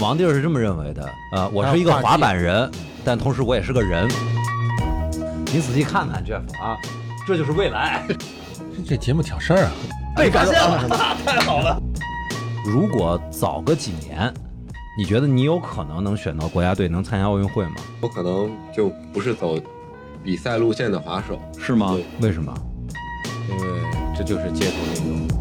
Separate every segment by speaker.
Speaker 1: 王弟儿是这么认为的，呃，我是一个
Speaker 2: 还有
Speaker 1: 滑
Speaker 2: 画技
Speaker 1: 板人，但同时我也是个人。你仔细看看 Jeff 啊，这就是未 来。
Speaker 2: 这节目挑事儿啊！
Speaker 1: 被发现了， 太好了。如果早个几年，你觉得你有可能能选到国家队，能参加奥运会吗？
Speaker 3: 我可能就不是走比赛路线的滑手，
Speaker 1: 是吗
Speaker 3: 对
Speaker 1: 为什么？
Speaker 3: 因为这就是街头运动。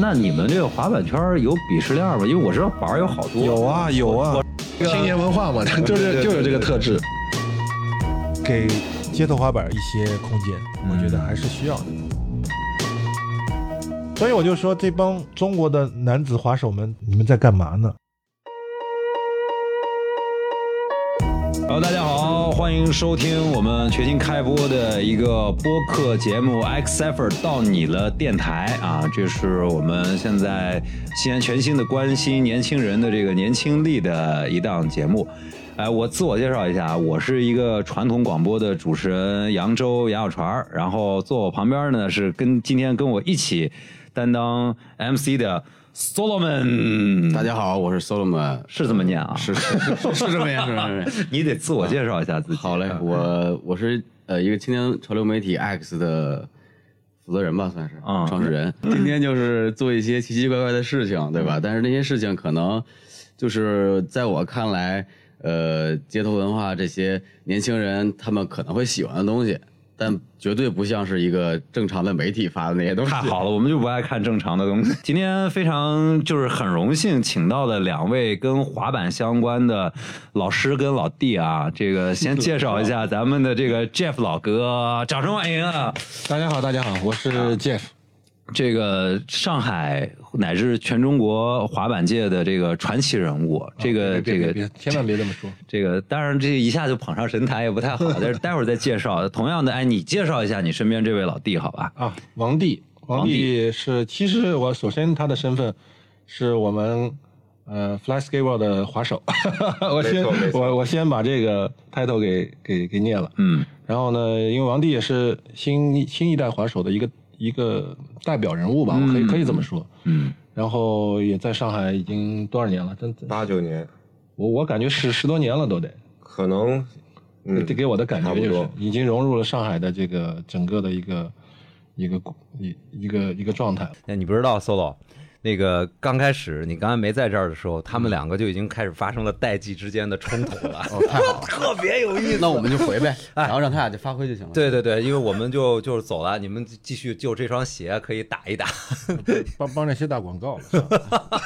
Speaker 4: 那你们这个滑板圈儿有鄙视链儿吗？因为我知道板儿有好多。
Speaker 5: 有啊有啊，
Speaker 6: 青年文化嘛， 就是就有这个特质。
Speaker 5: 给街头滑板一些空间，我觉得
Speaker 2: 嗯
Speaker 5: 还是需要的。所以我就说，这帮中国的男子滑手们，你们在干嘛呢？
Speaker 4: Hello，大家好，欢迎收听我们全新开播的一个播客节目《X Effort 到你了》电台啊，这是我们现在西安全新的关心年轻人的这个年轻力的一档节目。哎，我自我介绍一下，我是一个传统广播的主持人扬州杨小船儿，然后坐我旁边呢是跟今天跟我一起担当 MC 的 Solomon，
Speaker 7: 大家好，我是 Solomon，
Speaker 4: 是这么念啊？
Speaker 7: 是是是是这么样，是这么样。
Speaker 4: 你得自我介绍一下自己。嗯
Speaker 7: 好
Speaker 3: 嗯
Speaker 7: 嘞，我我是呃一个青年潮流媒体 X 的负责人吧，算是
Speaker 4: 嗯
Speaker 7: 创始人。今天就是做一些奇奇怪怪的事情，对吧？但是那些事情可能就是在我看来，呃，街头文化这些年轻人他们可能会喜欢的东西，但绝对不像是一个正常的媒体发的那些东 西。
Speaker 4: 太好了，我们就不爱看正常的东西。 今天非常就是很荣幸请到了两位跟滑板相关的老师跟老弟啊，这个先介绍一下咱们的这个 Jeff 老哥，掌声欢迎啊！
Speaker 2: 大家好，大家好，我
Speaker 5: 啊
Speaker 2: 是 Jeff。
Speaker 4: 这个上海乃至全中国滑板界的这个传奇人物，这个这个
Speaker 2: 别千万别这么说。
Speaker 4: 这个，当然这一下就捧上神坛也不太好，但是待会儿再介绍。同样的，哎，你介绍一下你身边这位老弟好吧？
Speaker 5: 啊，王帝，王帝是，其实我首先他的身份是我们呃 Fly Skateboard 的滑 手，我先
Speaker 3: 没错没错
Speaker 5: 我我先把这个 title 给给给念了，
Speaker 4: 嗯，
Speaker 5: 然后呢，因为王帝也是新新一代滑手的一个一个代表人物吧，我可以可以这么说，
Speaker 4: 嗯，
Speaker 5: 然后也在上海已经多少年了？真
Speaker 3: 八九年
Speaker 5: 我我感觉十十多年了都得，
Speaker 3: 可能，嗯，
Speaker 5: 这给我的感觉就
Speaker 3: 差
Speaker 5: 是
Speaker 3: 不多
Speaker 5: 已经融入了上海的这个整个的一个一个一一个一个状态了。
Speaker 1: 那你不知道 Solo，那个刚开始你刚才没在这儿的时候，他们两个就已经开始发生了代际之间的冲突了。
Speaker 7: 哦，太好了，特别有意思。那我们就回呗，然后让他俩就发挥就行了。
Speaker 1: 哎对对对，因为我们就就是走了，你们继续就这双鞋可以打一打，
Speaker 5: 帮帮那些打广告了，是吧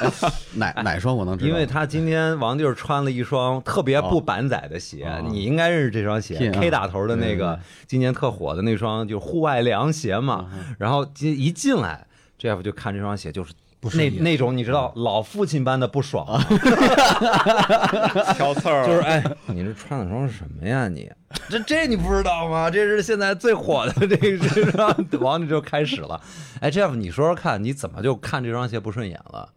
Speaker 7: 哪哪双我能知道？
Speaker 1: 哎因为他今天王就是穿了一双特别不板仔的鞋，
Speaker 7: 哦
Speaker 1: 你应该认识这双鞋、
Speaker 7: Pin 啊
Speaker 1: k 打头的那个，今年特火的那双就是户外凉鞋嘛。
Speaker 7: 嗯
Speaker 1: 然后进一进来，Jeff 就看这双鞋就是。那那种你知道老父亲般的不爽，
Speaker 3: 挑刺儿
Speaker 1: 就是哎，你这穿的双什么呀你？这这你不知道吗？这是现在最火的这个这双，王这就开始了。哎，Jeff，你说说看，你怎么就看这双鞋不顺眼了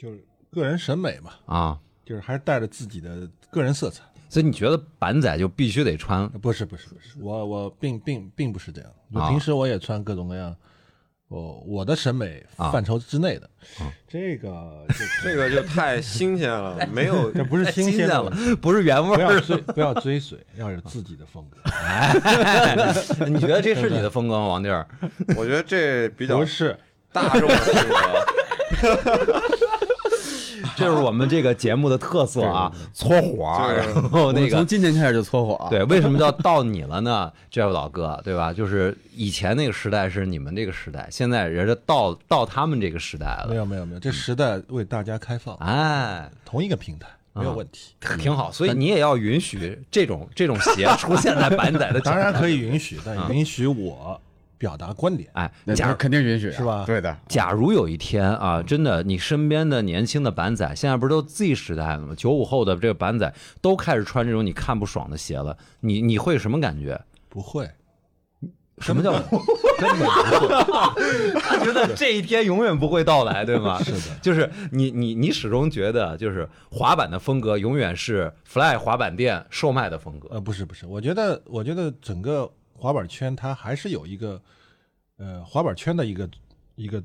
Speaker 5: 就是个人审美嘛，
Speaker 1: 啊？
Speaker 5: 就是还是带着自己的个人色彩。
Speaker 1: 所以你觉得板仔就必须得穿
Speaker 5: 不是不是不是，我我并并并不是这样，就
Speaker 1: 啊
Speaker 5: 平时我也穿各种各样，我我的审美范畴之内的。这个这
Speaker 3: 这个就太新鲜了，没有
Speaker 5: 这不是
Speaker 1: 太
Speaker 5: 新鲜的
Speaker 1: 了
Speaker 5: 问题，，
Speaker 1: 不是原味
Speaker 5: 不要
Speaker 1: 儿。
Speaker 5: 追不要追随，要有自己的风格。
Speaker 1: 你觉得这是你的风格吗，王弟儿？
Speaker 3: 我觉得这比较
Speaker 5: 不是，
Speaker 3: 大众的风格。
Speaker 1: 这是我们这个节目的特色啊，搓火儿，
Speaker 3: 就是
Speaker 1: 然后那
Speaker 7: 我从
Speaker 1: 个。
Speaker 7: 今天开始就搓火。
Speaker 1: 对，为什么叫到你了呢？Jeff 老哥，对吧？就是以前那个时代是你们这个时代，现在人家到到他们这个时代
Speaker 5: 没
Speaker 1: 了，
Speaker 5: 有没有没有，这时代为大家开放，
Speaker 1: 哎，
Speaker 5: 同一个平台没有问题。
Speaker 1: 挺好。所以
Speaker 5: 嗯
Speaker 1: 你也要允许这种这种鞋出现在板仔的脚
Speaker 5: 当
Speaker 1: 上，
Speaker 5: 然可以允许，但允许我表达观点。
Speaker 1: 哎，
Speaker 7: 那
Speaker 1: 假
Speaker 7: 那肯定允许啊，
Speaker 5: 是吧
Speaker 7: 对的，
Speaker 1: 假如有一天啊，真的你身边的年轻的板仔，现在不是都 Z 时代了吗？九五后的这个板仔都开始穿这种你看不爽的鞋了，你你会什么感觉？
Speaker 5: 不会，
Speaker 1: 什么叫？
Speaker 5: 根本不会。
Speaker 1: 他觉得这一天永远不会到来，对吗？ 是的，就是你你你始终觉得，就是滑板的风格永远是 Fly 滑板店售卖的风格。
Speaker 5: 呃，不是不是，我觉得我觉得整个滑板圈它还是有一个，呃，滑板圈的一个一个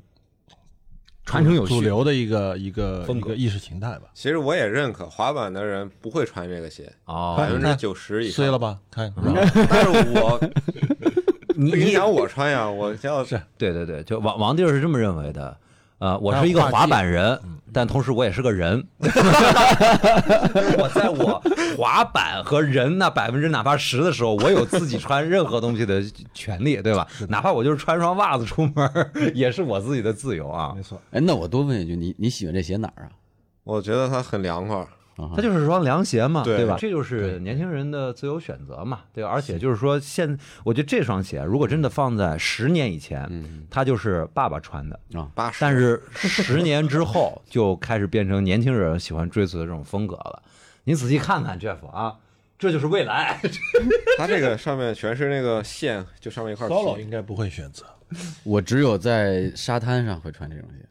Speaker 1: 传承有
Speaker 5: 主
Speaker 1: 序。
Speaker 5: 流的一个一个
Speaker 1: 风
Speaker 5: 一
Speaker 1: 格
Speaker 5: 个意识形态吧。
Speaker 3: 其实我也认可，滑板的人不会穿这个鞋，百
Speaker 1: 哦，
Speaker 3: 分之九十以
Speaker 5: 碎了
Speaker 3: 上。
Speaker 5: 吧？看，
Speaker 1: 嗯
Speaker 3: 但是我
Speaker 5: 啊
Speaker 1: 你
Speaker 3: 不影
Speaker 1: 你
Speaker 3: 响我穿呀，我要是
Speaker 1: 对对对，就王王弟儿是这么认为的。呃，我是一个嗯滑板人，但同时我也是个 人。我在我滑板和人那百分之哪怕十的时候，我有自己穿任何东西的权利，对吧？哪怕我就是穿双袜子出门儿，也是我自己的自由啊。
Speaker 7: 哎，那我多问一句，你你喜欢这鞋哪儿啊？
Speaker 3: 我觉得它很凉快。
Speaker 1: 它就是双凉鞋嘛，
Speaker 3: 对
Speaker 1: 对吧？这就是年轻人的自由选择嘛，对吧？而且就是说现，我觉得这双鞋如果真的放在十年以前，它就是爸爸穿的，
Speaker 3: 八十，
Speaker 1: 但是十年之后就开始变成年轻人喜欢追随的这种风格了。你仔细看看 Jeff 啊，这就是未来。
Speaker 3: 它这个上面全是那个线，就上面一块皮。
Speaker 5: solo 应该不会选择。
Speaker 7: 我只有在沙滩上会穿这种鞋，
Speaker 1: 啊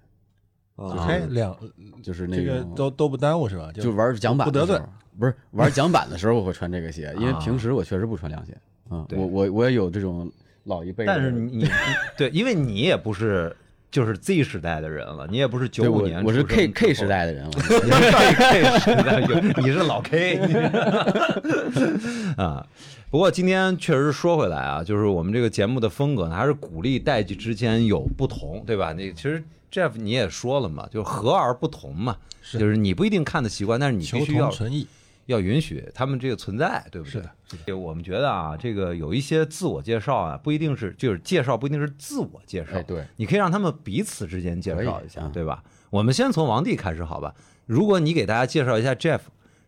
Speaker 3: 啊
Speaker 5: 哎，两
Speaker 7: 就是那
Speaker 5: 这个都都不耽误是吧？
Speaker 7: 就玩桨板
Speaker 5: 不
Speaker 7: 的
Speaker 5: 得
Speaker 7: 时
Speaker 5: 罪
Speaker 7: 候，不是玩桨板的时候我会穿这个
Speaker 1: 啊
Speaker 7: 鞋，因为平时我确实不穿凉鞋啊。我我我也有这种老一辈的，
Speaker 1: 但是你对，因为你也不是就是 Z 时代的人了，你也不是九
Speaker 7: 对
Speaker 1: 五
Speaker 7: 我
Speaker 1: 年
Speaker 7: 我是
Speaker 1: 出生之
Speaker 7: K
Speaker 1: 后
Speaker 7: K 时 代的人了，
Speaker 1: K 时代有，你是老 K 啊。不过今天确实说回来啊，就是我们这个节目的风格呢，还是鼓励代际之间有不同，对吧？你其实 Jeff 你也说了嘛，就是和而不同嘛，就是你不一定看的习惯，但是你必
Speaker 5: 求
Speaker 1: 须要
Speaker 5: 同存异。
Speaker 1: 要允许他们这个存在，对不对？是的，我们觉得啊，这个有一些自我介绍啊，不一定是就是介绍，不一定是自我介绍。
Speaker 7: 哎对，
Speaker 1: 你可以让他们彼此之间介绍一下
Speaker 7: 可以，
Speaker 1: 对吧？我们先从王帝开始，好吧？如果你给大家介绍一下 Jeff，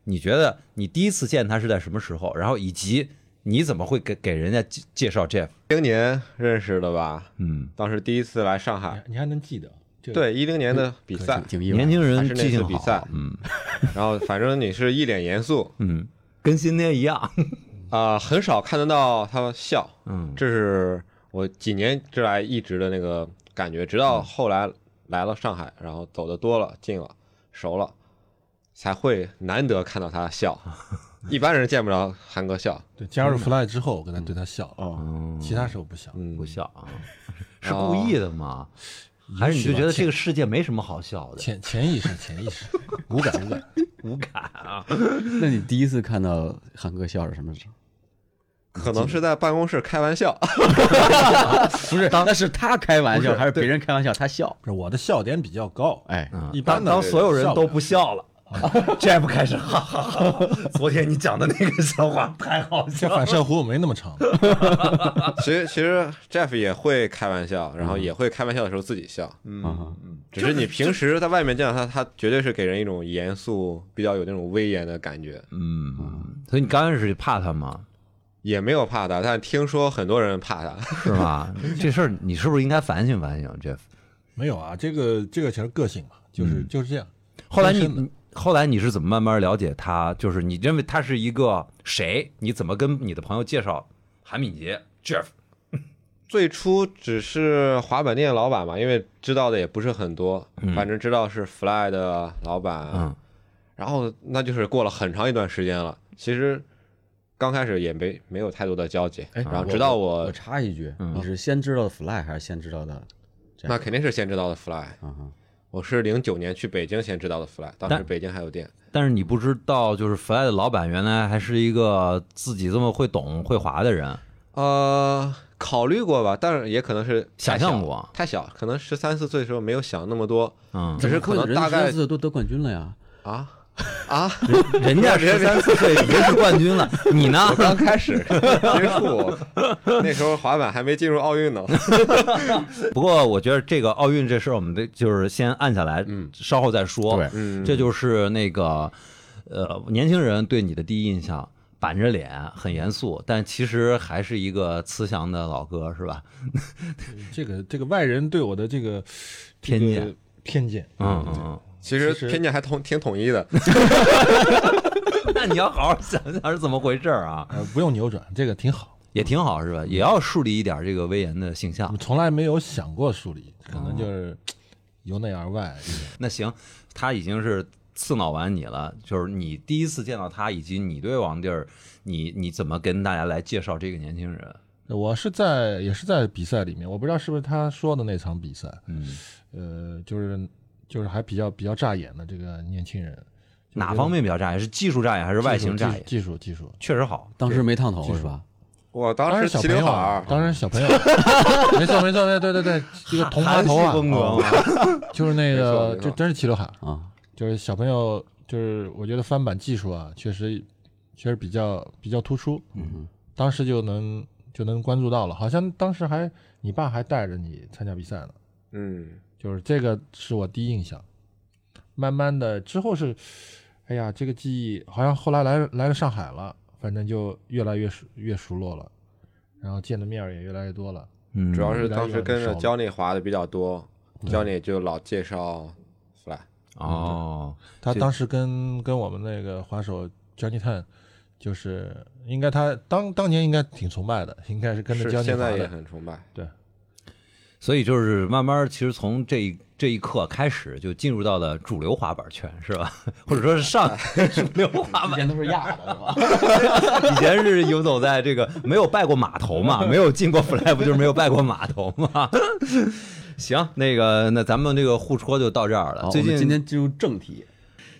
Speaker 1: 你觉得你第一次见他是在什么时候？然后以及你怎么会给给人家介介绍 Jeff？
Speaker 3: 零年认识的吧？
Speaker 1: 嗯，
Speaker 3: 当时第一次来
Speaker 1: 啊
Speaker 3: 上海，
Speaker 5: 你还能记得？这个
Speaker 3: 对一零年的比赛，
Speaker 7: 挺意外
Speaker 1: 年。轻
Speaker 3: 还
Speaker 1: 人
Speaker 3: 是那
Speaker 1: 记性
Speaker 3: 次
Speaker 1: 好，
Speaker 3: 比赛，
Speaker 1: 嗯
Speaker 3: 然后反正你是一脸严肃
Speaker 1: 嗯，跟今天一样，
Speaker 3: 啊、很少看得到他笑，
Speaker 1: 嗯
Speaker 3: 这是我几年之来一直的那个感觉，直到后来来了上海，然后走的多了，近了，熟了，才会难得看到他笑。一般人见不着韩哥笑，
Speaker 5: 对，加入 Fly 之后，我跟他对他笑了，
Speaker 1: 嗯，
Speaker 5: 其他时候不笑。
Speaker 3: 嗯，
Speaker 1: 不笑啊， 是故意的吗？还是你就觉得这个世界没什么好笑的？
Speaker 5: 潜潜意识，潜 意识，无感无感。
Speaker 1: 无感啊！
Speaker 7: 那你第一次看到韩哥笑是什么时候？
Speaker 3: 可能是在办公室开玩笑，
Speaker 7: 不是，那是他开玩笑还是别人开玩笑？他笑，
Speaker 5: 不是我的笑点比较 高，
Speaker 7: 哎，
Speaker 5: 一般
Speaker 1: 啊当
Speaker 5: 的
Speaker 1: 当所有人
Speaker 5: 笑
Speaker 1: 都
Speaker 5: 不
Speaker 1: 不笑 了。Jeff 开始哈哈哈哈！ 昨天你讲的那个笑话太好笑
Speaker 5: 这
Speaker 1: 了
Speaker 5: 反。射弧没那么长。
Speaker 3: 其实其实 Jeff 也会开玩笑，然后也会开玩笑的时候自己笑，
Speaker 7: 啊
Speaker 3: 只是你平时在外面见到他，他绝对是给人一种严肃、比较有那种威严的感觉，
Speaker 1: 嗯，所以你刚开始怕他吗？
Speaker 3: 也没有怕他，但听说很多人怕他。
Speaker 1: 是吧？ 这事儿你是不是应该反省反省，Jeff？
Speaker 5: 没有啊，这个这个其实个性嘛，就是
Speaker 1: 嗯
Speaker 5: 就是这样。
Speaker 1: 后来你
Speaker 5: 真是
Speaker 1: 你后来你是怎么慢慢了解他？就是你认为他是一个谁？你怎么跟你的朋友介绍韩敏杰 Jeff？
Speaker 3: 最初只是滑板店老板嘛，因为知道的也不是很多，反正知道是 Fly 的老板，
Speaker 1: 嗯
Speaker 3: 然后那就是过了很长一段时间了。其实刚开始也没没有太多的交集，
Speaker 7: 哎，
Speaker 3: 然后直到
Speaker 7: 我
Speaker 3: 我
Speaker 7: 插一句，
Speaker 1: 嗯
Speaker 7: 你是先知道的 fly 还是先知道的？这
Speaker 3: 那
Speaker 7: 样
Speaker 3: 肯定是先知道的 Fly，
Speaker 7: 啊哈，
Speaker 3: 我是零九年去北京先知道的 Fly，当时
Speaker 1: 嗯但
Speaker 3: 北京还有店，
Speaker 1: 但是你不知道，就是 Fly 的老板原来还是一个自己这么会懂会滑的人。
Speaker 3: 呃，考虑过吧，但是也可能是
Speaker 1: 想
Speaker 3: 太小
Speaker 1: 象过
Speaker 3: 太小，可能十三四岁的时候没有想那么多
Speaker 1: 嗯，
Speaker 3: 只是可能大概
Speaker 7: 人家14都得冠军了呀。
Speaker 3: 啊 啊，
Speaker 1: 人家十三四岁已经是冠军了，你呢？
Speaker 3: 我刚开始接触，那时候滑板还没进入奥运呢。
Speaker 1: 不过我觉得这个奥运这事儿，我们得就是先按下来，稍后再说。
Speaker 7: 对
Speaker 3: 嗯
Speaker 1: 这就是那个呃，年轻人对你的第一印象。板着脸很严肃，但其实还是一个慈祥的老哥，是吧？
Speaker 5: 这个这个外人对我的这个这
Speaker 1: 偏
Speaker 5: 个
Speaker 1: 见
Speaker 5: 偏见，
Speaker 1: 嗯嗯
Speaker 3: 其实偏见还统挺统一 的，
Speaker 1: 嗯。 那你要好好想想是怎么回事儿啊，
Speaker 5: 呃，不用扭转，这个挺好。
Speaker 1: 也挺好，是吧？也要树立一点这个威严的形
Speaker 5: 我
Speaker 1: 象
Speaker 5: 们。从来没有想过树立，可
Speaker 1: 哦
Speaker 5: 能就是由内而外。这个
Speaker 1: 那行，他已经是刺挠完你了，就是你第一次见到他，以及你对王弟儿，你你怎么跟大家来介绍这个年轻人？
Speaker 5: 我是在也是在比赛里面，我不知道是不是他说的那场比赛，
Speaker 1: 嗯，
Speaker 5: 呃，就是就是还比较比较扎眼的这个年轻人，就
Speaker 1: 哪
Speaker 5: 是
Speaker 1: 方面比较扎眼？是技术扎眼还是外形
Speaker 5: 技术
Speaker 1: 扎眼？
Speaker 5: 技术技术，
Speaker 1: 确实好，
Speaker 7: 当时没烫头
Speaker 5: 就是
Speaker 7: 是吧？
Speaker 3: 我当
Speaker 5: 当
Speaker 3: 时
Speaker 5: 小
Speaker 3: 齐
Speaker 5: 朋
Speaker 3: 刘
Speaker 5: 友
Speaker 3: 海
Speaker 5: 啊
Speaker 3: 儿，，
Speaker 5: 当然小朋友，没错没错，对对对对，一个同花头
Speaker 1: 韩
Speaker 5: 啊
Speaker 1: 系，风格
Speaker 5: 啊
Speaker 1: 嘛，
Speaker 5: 就是那
Speaker 3: 没错
Speaker 5: 个
Speaker 3: 没错
Speaker 5: 就真是齐刘海，
Speaker 7: 啊，
Speaker 5: 就是小朋友，就是我觉得翻版技术啊，确实确实比较比较突出，
Speaker 7: 嗯，
Speaker 5: 当时就能就能关注到了，好像当时还你爸还带着你参加比赛呢，
Speaker 3: 嗯，
Speaker 5: 就是这个是我第一印象。慢慢的之后是，哎呀，这个记忆好像后来来来了上海了，反正就越来越熟越熟络了，然后见的面儿也越来越多了。
Speaker 1: 嗯，
Speaker 3: 主要是
Speaker 5: 越来
Speaker 3: 当
Speaker 5: 越
Speaker 3: 时跟着
Speaker 5: 熟
Speaker 3: Johnny 滑的比较多，Johnny 就老介绍 Fly，
Speaker 1: 哦，
Speaker 5: 他
Speaker 1: 这
Speaker 5: 当时跟跟我们那个滑手 Johnny Tan，就是应该他当当年应该挺崇拜的，应该是跟着
Speaker 3: 是
Speaker 5: Johnny
Speaker 3: 现
Speaker 5: 滑
Speaker 3: 在也
Speaker 5: 的。
Speaker 3: 很崇拜。
Speaker 1: 所以就是慢慢，其实从这一这一刻开始，就进入到了主流滑板圈，是吧？ 或者说是上主流滑板，
Speaker 7: 前都是压的是吧？
Speaker 1: 以前是游走在这个没有拜过码头嘛，没有进过 fly，不就是没有拜过码头嘛？ 行，那个那咱们这个互戳就到这儿了。
Speaker 7: 好，
Speaker 1: 最
Speaker 7: 我
Speaker 1: 近
Speaker 7: 们今天进入正题，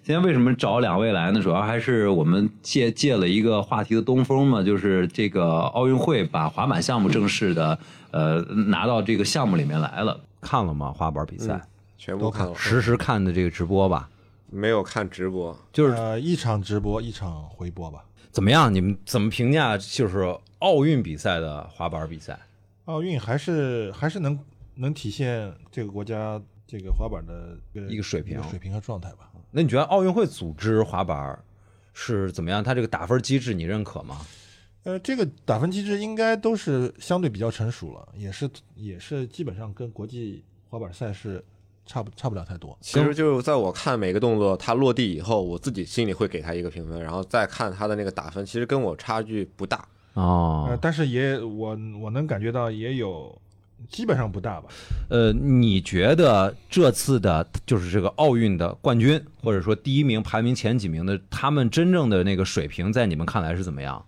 Speaker 4: 今天为什么找两位来呢？主要还是我们借借了一个话题的东风嘛，就是这个奥运会把滑板项目正式的呃拿到这个项目里面来了。嗯
Speaker 1: 看了吗？滑板比赛、
Speaker 3: 全部看了，
Speaker 1: 实时看的这个直播吧，
Speaker 3: 没有看直播，
Speaker 1: 就是
Speaker 5: 呃，一场直播，一场回播吧。
Speaker 1: 怎么样？你们怎么评价就是奥运比赛的滑板比赛？
Speaker 5: 奥运还是还是能能体现这个国家这个滑板的
Speaker 1: 一个水平
Speaker 5: 水平和状态吧。
Speaker 1: 那你觉得奥运会组织滑板是怎么样？它这个打分机制你认可吗？
Speaker 5: 呃，这个打分机制应该都是相对比较成熟了，也是也是基本上跟国际滑板赛事差不差不了太多。
Speaker 3: 其实就是在我看每个动作它落地以后，我自己心里会给它一个评分，然后再看它的那个打分，其实跟我差距不大。
Speaker 5: 呃，
Speaker 1: 哦，
Speaker 5: 但是也我我能感觉到也有基本上不大吧。
Speaker 1: 呃，你觉得这次的就是这个奥运的冠军，或者说第一名、排名前几名的，他们真正的那个水平，在你们看来是怎么样？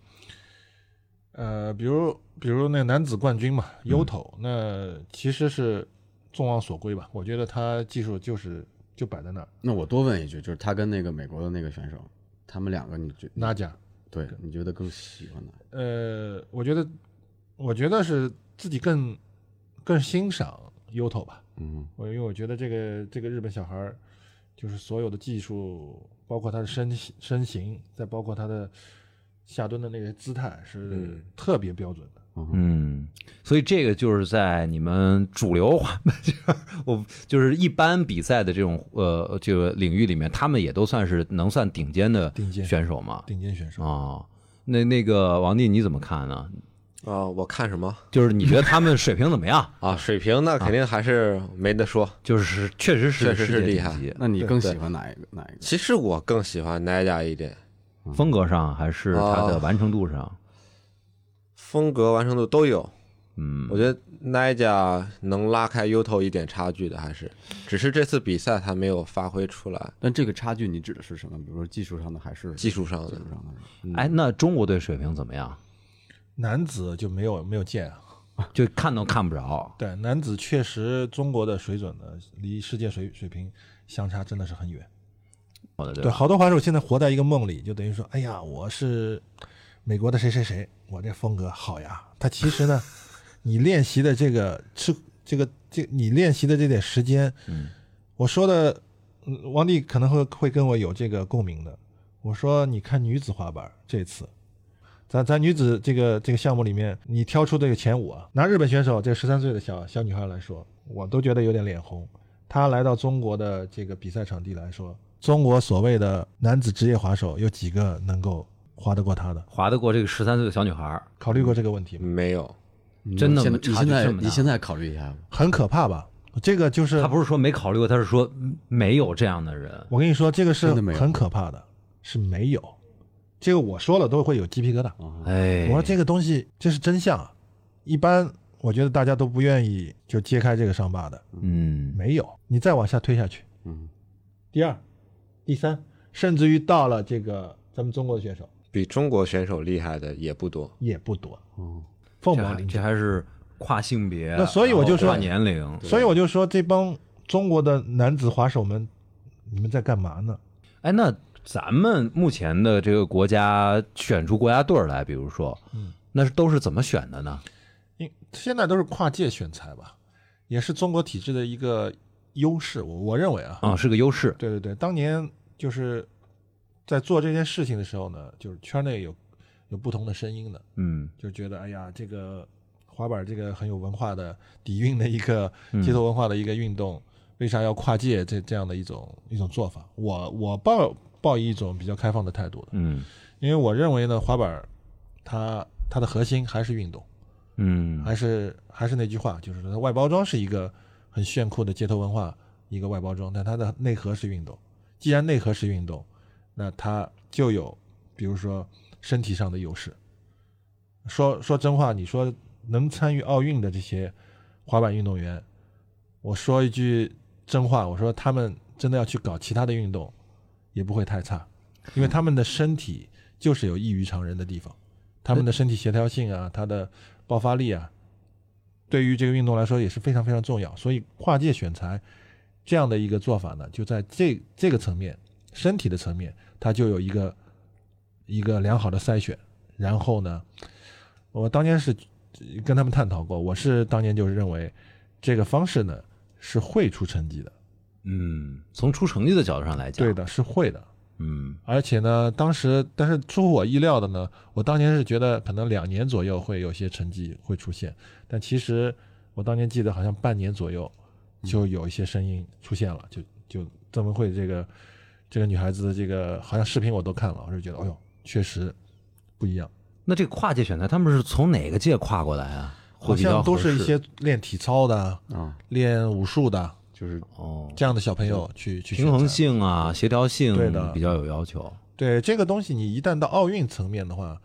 Speaker 5: 呃，比如比如那男子冠军嘛，优头，那其实是众望所归吧。我觉得他技术就是就摆在那儿，
Speaker 7: 那我多问一句，就是他跟那个美国的那个选手，他们两个你觉
Speaker 5: 拿奖。
Speaker 7: 对你觉得更喜欢哪？
Speaker 5: 呃，我觉得，我觉得是自己更更欣赏优头吧。
Speaker 7: 嗯，
Speaker 5: 我因为我觉得这个这个日本小孩儿，就是所有的技术，包括他的身形身形，再包括他的下蹲的那个姿态，是
Speaker 3: 嗯
Speaker 5: 特别标准的。
Speaker 1: 嗯，所以这个就是在你们主流滑板圈，我就是一般比赛的这种呃这个领域里面，他们也都算是能算顶尖的
Speaker 5: 顶尖
Speaker 1: 选手嘛。
Speaker 5: 顶尖选手，
Speaker 1: 哦，那那个王帝你怎么看呢？
Speaker 3: 啊、我看什么
Speaker 1: 就是你觉得他们水平怎么 样？
Speaker 3: 啊？水平那肯定还是没得说。
Speaker 1: 就是确实是
Speaker 3: 确实是
Speaker 1: 世界
Speaker 3: 厉
Speaker 1: 顶
Speaker 3: 害
Speaker 1: 级，
Speaker 7: 那你更喜欢哪一个？哪一个？
Speaker 3: 其实我更喜欢 Nadia 一点，
Speaker 1: 嗯风格上还是它的
Speaker 3: 哦
Speaker 1: 完成度上，
Speaker 3: 风格完成度都有。
Speaker 1: 嗯，
Speaker 3: 我觉得 Nadia 能拉开 Uto 一点差距的，还是只是这次比赛他没有发挥出来，
Speaker 7: 但这个差距你指的是什么？比如说技术上的还是
Speaker 3: 技术上
Speaker 7: 技
Speaker 3: 的
Speaker 7: 术上的？
Speaker 1: 哎，那中国队水平怎么样？
Speaker 5: 男子就没有没有见啊。
Speaker 1: 就看都看不着，
Speaker 5: 对，男子确实中国的水准呢，离世界水水平相差真的是很远。
Speaker 1: 好的，对
Speaker 5: 对，
Speaker 1: 吧？
Speaker 5: 好多滑手现在活在一个梦里，就等于说，哎呀，我是美国的谁谁谁，我这风格好呀。他其实 呢，你练习的这个吃这个这你练习的这点时间，
Speaker 1: 嗯，
Speaker 5: 我说的，嗯王帝可能会会跟我有这个共鸣的。我说，你看女子滑板这次。咱咱女子这个这个项目里面，你挑出这个前五啊，拿日本选手这十三岁的小小女孩来说，我都觉得有点脸红。她来到中国的这个比赛场地来说，中国所谓的男子职业滑手有几个能够滑得过她的？
Speaker 1: 划得过这个十三岁的小女孩儿，
Speaker 5: 考虑过这个问题吗？
Speaker 3: 没有。
Speaker 7: 你
Speaker 1: 真的
Speaker 7: 现
Speaker 1: 吗
Speaker 7: 在你
Speaker 1: 差距
Speaker 7: 现在
Speaker 1: 这么大
Speaker 7: 你现在考虑一下吧。
Speaker 5: 很可怕吧？这个就是
Speaker 1: 他不是说没考虑过，他是说嗯没有这样的人，
Speaker 5: 我跟你说，这个是
Speaker 7: 真的没有
Speaker 5: 很可怕的，是没有。这个我说了都会有鸡皮疙瘩。
Speaker 7: 啊
Speaker 1: 哎
Speaker 5: 我，说这个东西这是真相啊，一般我觉得大家都不愿意就揭开这个伤疤的。
Speaker 1: 嗯，
Speaker 5: 没有，你再往下推下去，
Speaker 7: 嗯，
Speaker 5: 第二、第三，甚至于到了这个咱们中国的选手
Speaker 3: 比中国选手厉害的也不多，
Speaker 7: 嗯
Speaker 5: 也不多。凤
Speaker 1: 这
Speaker 5: 毛
Speaker 1: 还
Speaker 5: 麟
Speaker 1: 这
Speaker 5: 角。
Speaker 1: 还是跨性别，
Speaker 5: 那所以我就
Speaker 1: 然后
Speaker 5: 说
Speaker 1: 跨年龄，
Speaker 5: 所以我就说，这帮中国的男子滑手们，你们在干嘛呢？
Speaker 1: 哎，那咱们目前的这个国家选出国家队儿来，比如说，那是都是怎么选的呢？
Speaker 5: 因现在都是跨界选材吧，也是中国体制的一个优势，我我认为啊，
Speaker 1: 啊、是个优势，
Speaker 5: 对对对，当年就是在做这件事情的时候呢，就是圈内有有不同的声音的，
Speaker 1: 嗯
Speaker 5: 就觉得哎呀，这个滑板这个很有文化的底蕴的一个街头文化的一个运动，为啥要跨界这这样的一种一种做法？我我抱抱一种比较开放的态度的，
Speaker 1: 嗯
Speaker 5: 因为我认为呢，滑板它它的核心还是运动，
Speaker 1: 嗯
Speaker 5: 还是还是那句话，就是说它外包装是一个很炫酷的街头文化一个外包装，但它的内核是运动。既然内核是运动，那它就有比如说身体上的优势。说说真话，你说能参与奥运的这些滑板运动员，我说一句真话，我说他们真的要去搞其他的运动，也不会太差，因为他们的身体就是有异于常人的地方，他们的身体协调性啊，他的爆发力啊，对于这个运动来说也是非常非常重要。所以跨界选材这样的一个做法呢，就在这这个层面，身体的层面，它就有一个一个良好的筛选。然后呢，我当年是跟他们探讨过，我是当年就是认为这个方式呢是会出成绩的，
Speaker 1: 嗯，从出成绩的角度上来讲，
Speaker 5: 对，的，是会的。
Speaker 1: 嗯
Speaker 5: 而且呢，当时但是出乎我意料的呢，我当年是觉得可能两年左右会有些成绩会出现，但其实我当年记得好像半年左右就有一些声音出现了，就就曾文慧这个这个女孩子的这个好像视频我都看了，我就觉得，哎呦，确实不一样，
Speaker 1: 那这个跨界选材他们是从哪个界跨过来啊？会
Speaker 5: 好
Speaker 1: 比较
Speaker 5: 像都
Speaker 1: 合
Speaker 5: 是一
Speaker 1: 适
Speaker 5: 些练体操的、
Speaker 7: 啊
Speaker 5: 练武术的
Speaker 3: 就是
Speaker 1: 哦，
Speaker 5: 这样的小朋友去去
Speaker 1: 平衡
Speaker 5: 选材
Speaker 1: 性啊、协调性
Speaker 5: 对的
Speaker 1: 比较有要求，
Speaker 5: 对这个东西，你一旦到奥运层面的话，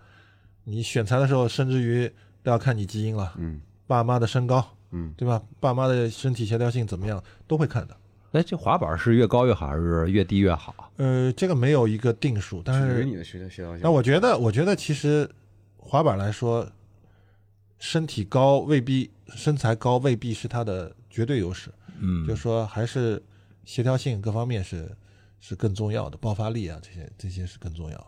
Speaker 5: 你选材的时候，甚至于都要看你基因了，
Speaker 7: 嗯，
Speaker 5: 爸妈的身高，
Speaker 7: 嗯，
Speaker 5: 对吧？爸妈的身体协调性怎么样，都会看的。
Speaker 1: 哎，这滑板是越高越好，还是越低越好？
Speaker 5: 呃，这个没有一个定数，但
Speaker 7: 嗯取决于
Speaker 5: 是
Speaker 7: 你的学学校性。
Speaker 5: 哎那我觉得，我觉得其实滑板来说，身体高未必身材高未必是它的绝对优势，
Speaker 1: 嗯，
Speaker 5: 就是说还是协调性各方面是是更重要的，爆发力啊这些这些是更重要的。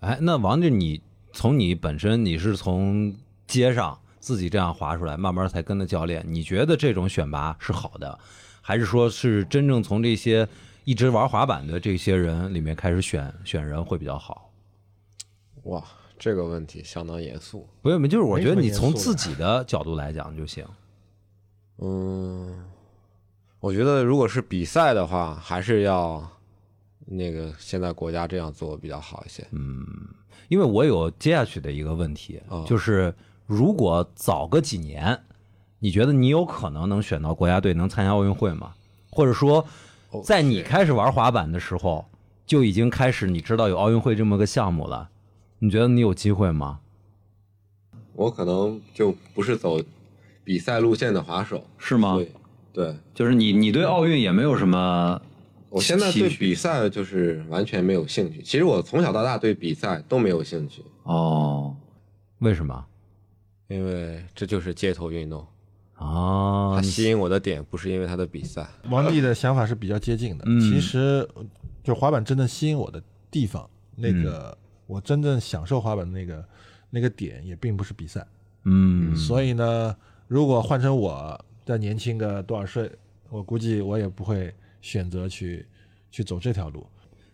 Speaker 1: 哎，那王志，你从你本身你是从街上自己这样滑出来，慢慢才跟着教练，你觉得这种选拔是好的，还是说是真正从这些一直玩滑板的这些人里面开始选选人会比较好？
Speaker 3: 哇，这个问题相当严肃。
Speaker 1: 不用，就是我觉得你
Speaker 5: 没什么
Speaker 1: 从
Speaker 5: 严肃的
Speaker 1: 自己的角度来讲就行。
Speaker 3: 嗯，我觉得如果是比赛的话，还是要那个现在国家这样做比较好
Speaker 1: 嗯
Speaker 3: 一些。
Speaker 1: 因为我有接下去的一个问题，
Speaker 3: 哦
Speaker 1: 就是如果早个几年，你觉得你有可能能选到国家队，能参加奥运会吗？或者说，
Speaker 3: 哦
Speaker 5: 哦
Speaker 1: 在你开始玩滑板的时候，就已经开始你知道有奥运会这么个项目了，你觉得你有机会吗？
Speaker 8: 我可能就不是走比赛路线的滑手，
Speaker 4: 是吗
Speaker 1: 啊
Speaker 8: 所？以对
Speaker 4: 就是你你对奥运也没有什么
Speaker 8: 我现在对
Speaker 4: 期许
Speaker 8: 比赛就是完全没有兴趣。其实我从小到大对比赛都没有兴趣，
Speaker 4: 哦，
Speaker 1: 为什么？
Speaker 3: 因为这就是街头运动，
Speaker 1: 啊
Speaker 3: 它，吸引我的点不是因为它的比赛，
Speaker 5: 王丽的想法是比较接近的。
Speaker 1: 嗯
Speaker 5: 其实，就滑板真正吸引我的地方，那
Speaker 1: 嗯
Speaker 5: 个、我真正享受滑板的那个那个点，也并不是比赛。
Speaker 1: 嗯，
Speaker 5: 所以呢，如果换成我再年轻个多少岁，我估计我也不会选择去去走这条路。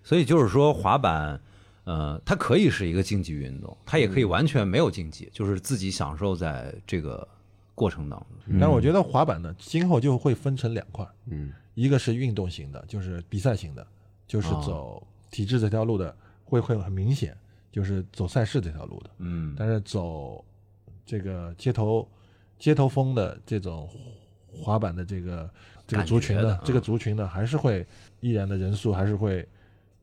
Speaker 1: 所以就是说，滑板，呃，它可以是一个竞技运动，它也可以完全没有竞技，就是自己享受在这个过程当中。
Speaker 5: 但是我觉得滑板呢，今后就会分成两块，
Speaker 3: 嗯，
Speaker 5: 一个是运动型的，就是比赛型的，就是
Speaker 1: 哦
Speaker 5: 走体制这条路的，会会很明显，就是走赛事这条路的。
Speaker 1: 嗯，
Speaker 5: 但是走这个街头街头风的这种滑板的这个这个
Speaker 1: 感
Speaker 5: 族群
Speaker 1: 觉的
Speaker 5: 呢
Speaker 1: 啊，
Speaker 5: 这个族群呢，还是会依然的人数还是会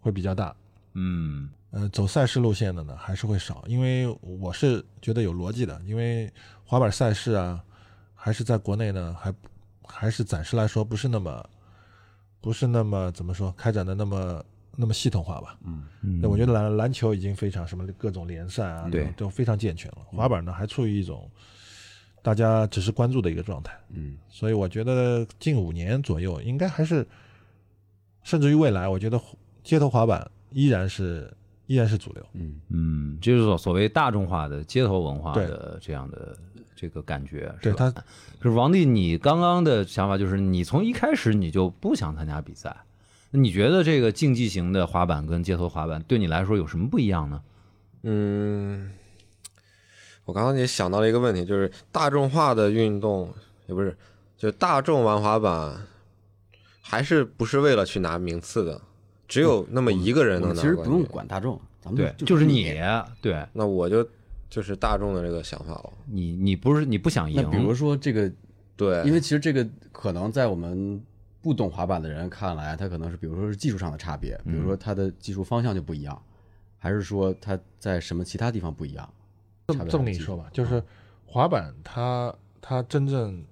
Speaker 5: 会比较大。
Speaker 1: 嗯
Speaker 5: 呃，走赛事路线的呢，还是会少，因为我是觉得有逻辑的，因为滑板赛事啊，还是在国内呢，还不还是暂时来说不是那么不是那么怎么说开展的那么那么系统化吧。
Speaker 1: 嗯
Speaker 5: 那我觉得篮篮球已经非常什么各种联赛啊，
Speaker 1: 对嗯
Speaker 5: 都非常健全了。滑板呢还处于一种大家只是关注的一个状态。
Speaker 3: 嗯，
Speaker 5: 所以我觉得近五年左右，应该还是，甚至于未来，我觉得街头滑板依然是依然是主流。
Speaker 3: 嗯，
Speaker 1: 嗯，就是所所谓大众化的街头文化的这样的这个感觉，
Speaker 5: 对
Speaker 1: 是吧
Speaker 5: 他，
Speaker 1: 就是王帝，你刚刚的想法就是，你从一开始你就不想参加比赛，那你觉得这个竞技型的滑板跟街头滑板对你来说有什么不一样呢？
Speaker 3: 嗯，我刚刚也想到了一个问题，就是大众化的运动也不是，就大众玩滑板，还是不是为了去拿名次的？只有那么一个人
Speaker 7: 我
Speaker 3: 能
Speaker 7: 们
Speaker 3: 拿
Speaker 7: 其实
Speaker 3: 冠
Speaker 7: 不用
Speaker 3: 军
Speaker 7: 管大众，咱
Speaker 1: 对
Speaker 7: 们，
Speaker 1: 就是你，对
Speaker 3: 那我就就是大众的这个想法了。
Speaker 1: 你，你不是你不想
Speaker 7: 那
Speaker 1: 赢，
Speaker 7: 比如说这个，
Speaker 3: 对，
Speaker 7: 因为其实这个可能在我们不懂滑板的人看来，他可能是比如说是技术上的差别，比如说他的技术方向就不一样，还是说他在什么其他地方不一样？
Speaker 5: 这
Speaker 7: 差
Speaker 5: 么
Speaker 7: 别
Speaker 5: 这么
Speaker 7: 还
Speaker 5: 跟
Speaker 7: 是
Speaker 5: 你
Speaker 7: 技术
Speaker 5: 说吧，就是滑板它它真正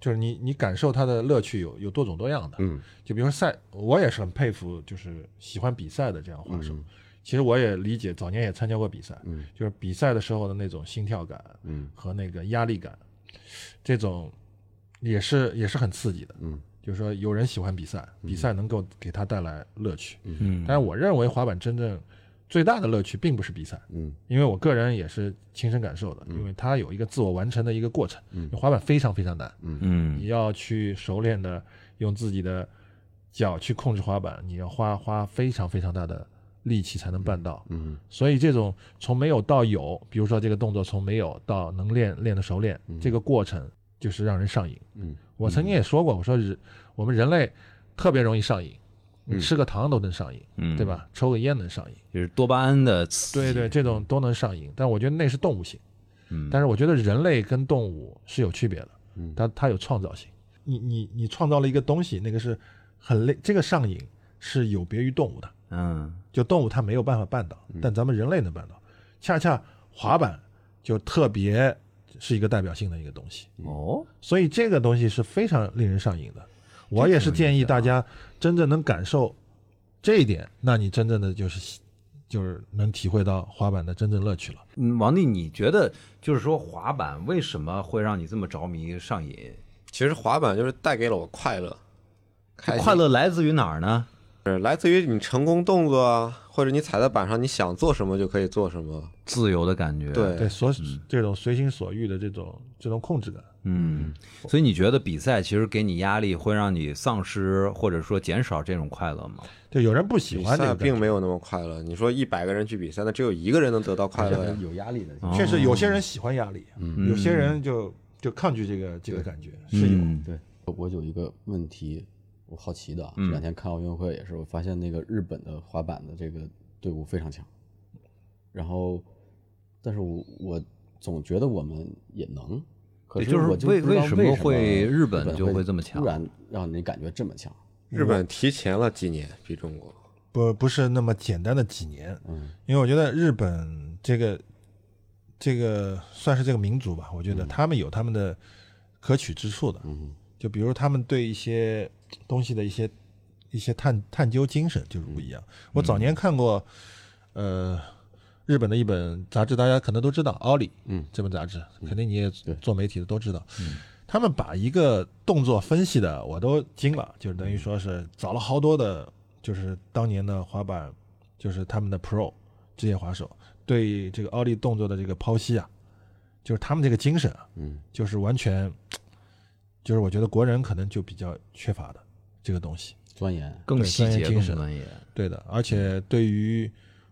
Speaker 5: 就是你你感受它的乐趣有有多种多样的。
Speaker 3: 嗯，
Speaker 5: 就比如说赛，我也是很佩服，就是喜欢比赛的这样滑手。其实我也理解，早年也参加过比赛，
Speaker 7: 嗯
Speaker 5: 就是比赛的时候的那种心跳感
Speaker 7: 嗯
Speaker 5: 和那个压力感，这种也是也是很刺激的。
Speaker 7: 嗯，
Speaker 5: 就是说有人喜欢比赛，比赛能够给他带来乐趣。
Speaker 1: 嗯，
Speaker 5: 但是我认为滑板真正最大的乐趣并不是比赛，
Speaker 7: 嗯
Speaker 5: 因为我个人也是亲身感受的，因为它有一个自我完成的一个过程。
Speaker 7: 嗯
Speaker 5: 滑板非常非常难，
Speaker 1: 嗯
Speaker 5: 你要去熟练的用自己的脚去控制滑板，你要花花非常非常大的力气才能办到。
Speaker 7: 嗯
Speaker 5: 所以这种从没有到有，比如说这个动作从没有到能练练的熟练，这个过程就是让人上瘾。
Speaker 7: 嗯，
Speaker 5: 我曾经也说过，我说人我们人类特别容易上瘾，你吃个糖都能上瘾，
Speaker 1: 嗯，
Speaker 5: 对？吧？抽个烟能上瘾。
Speaker 1: 就是多巴胺的刺
Speaker 5: 对
Speaker 1: 激，
Speaker 5: 对，这种都能上瘾，但我觉得那是动物性。
Speaker 1: 嗯
Speaker 5: 但是我觉得人类跟动物是有区别的，它它有创造性。你你你创造了一个东西，那个是很累，这个上瘾是有别于动物的，
Speaker 1: 嗯
Speaker 5: 就动物它没有办法办到，但咱们人类能办到。恰恰滑板就特别是一个代表性的一个东西，
Speaker 1: 哦，
Speaker 5: 所以这个东西是非常令人上瘾的。我也是建议大家真正能感受这一点，那你真正的就是喜就是能体会到滑板的真正乐趣了。
Speaker 1: 嗯，王帝，你觉得就是说滑板为什么会让你这么着迷上瘾？
Speaker 3: 其实滑板就是带给了我快乐，开心
Speaker 1: 快乐来自于哪儿呢？
Speaker 3: 是来自于你成功动作啊，或者你踩在板上，你想做什么就可以做什么。
Speaker 1: 自由的感觉，
Speaker 3: 对，
Speaker 5: 对，所这种随心所欲的这种这种控制感，
Speaker 1: 嗯，所以你觉得比赛其实给你压力，会让你丧失或者说减少这种快乐吗？
Speaker 5: 对，有人不喜
Speaker 3: 比
Speaker 5: 欢这
Speaker 3: 赛
Speaker 5: 个
Speaker 3: 并
Speaker 5: 感
Speaker 3: 没有那么快乐。你说一百个人去比赛，那只有一个人能得到快乐呀。
Speaker 7: 有压力的，
Speaker 5: 觉，确实有些人喜欢压力，啊有些人就就抗拒这个这个感觉，是有。
Speaker 1: 嗯
Speaker 7: 对，我有一个问题，我好奇的啊，这两天看奥运会也是，我发现那个日本的滑板的这个队伍非常强，然后，但是我我总觉得我们也能，可
Speaker 1: 对
Speaker 7: 是
Speaker 1: 就是
Speaker 7: 我就
Speaker 1: 为
Speaker 7: 不知
Speaker 1: 为
Speaker 7: 道为
Speaker 1: 什
Speaker 7: 什
Speaker 1: 么
Speaker 7: 么
Speaker 1: 会日
Speaker 7: 日
Speaker 1: 本就会这么强
Speaker 7: 突然让你感觉这么强，
Speaker 3: 日
Speaker 5: 嗯
Speaker 3: 本提前了几年比中国，
Speaker 5: 不不是那么简单的几年，因为我觉得日本这个这个算是这个民族吧，我觉得他们有他们的可取之处的，
Speaker 7: 嗯
Speaker 5: 就比如他们对一些东西的一些一些探探究精神就是不一样。我早年看过，呃，日本的一本杂志，大家可能都知道《奥利》，
Speaker 7: 嗯，
Speaker 5: 这本杂志肯定你也
Speaker 7: 对嗯
Speaker 5: 做媒体的都知道，他们把一个动作分析的我都惊了，就是
Speaker 7: 嗯
Speaker 5: 等于说是找了好多的，就是当年的滑板，就是他们的 Pro 职业滑手对这个奥利动作的这个剖析啊，就是他们这个精神啊，
Speaker 7: 嗯，
Speaker 5: 就是完全，就是我觉得国人可能就比较缺乏的这个东西。
Speaker 7: 钻研，
Speaker 1: 更
Speaker 5: 对
Speaker 1: 细
Speaker 5: 专业
Speaker 1: 节、
Speaker 5: 精
Speaker 1: 更
Speaker 5: 神
Speaker 1: 专业。
Speaker 5: 对的，而且对于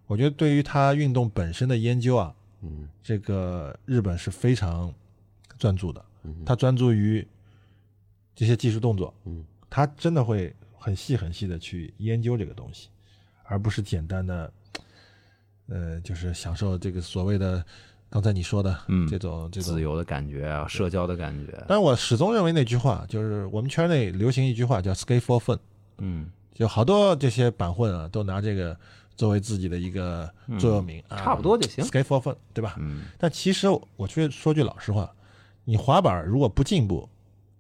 Speaker 5: 我觉得对于他运动本身的研究啊，
Speaker 7: 嗯
Speaker 5: 这个日本是非常专注的
Speaker 7: 嗯，
Speaker 5: 他专注于这些技术动作，
Speaker 7: 嗯
Speaker 5: 他真的会很细很细的去研究这个东西，而不是简单的，呃，就是享受这个所谓的刚才你说的
Speaker 1: 嗯
Speaker 5: 这种这种
Speaker 1: 自由的感觉啊，社交的感觉，
Speaker 5: 但我始终认为那句话，就是我们圈内流行一句话叫 “skate for fun”，
Speaker 1: 嗯，
Speaker 5: 就好多这些板混啊，都拿这个作为自己的一个座右铭、啊，
Speaker 1: 嗯差不多就行。
Speaker 5: “skate for fun”，对吧？
Speaker 1: 嗯
Speaker 5: 但其实我却说句老实话，你滑板如果不进步，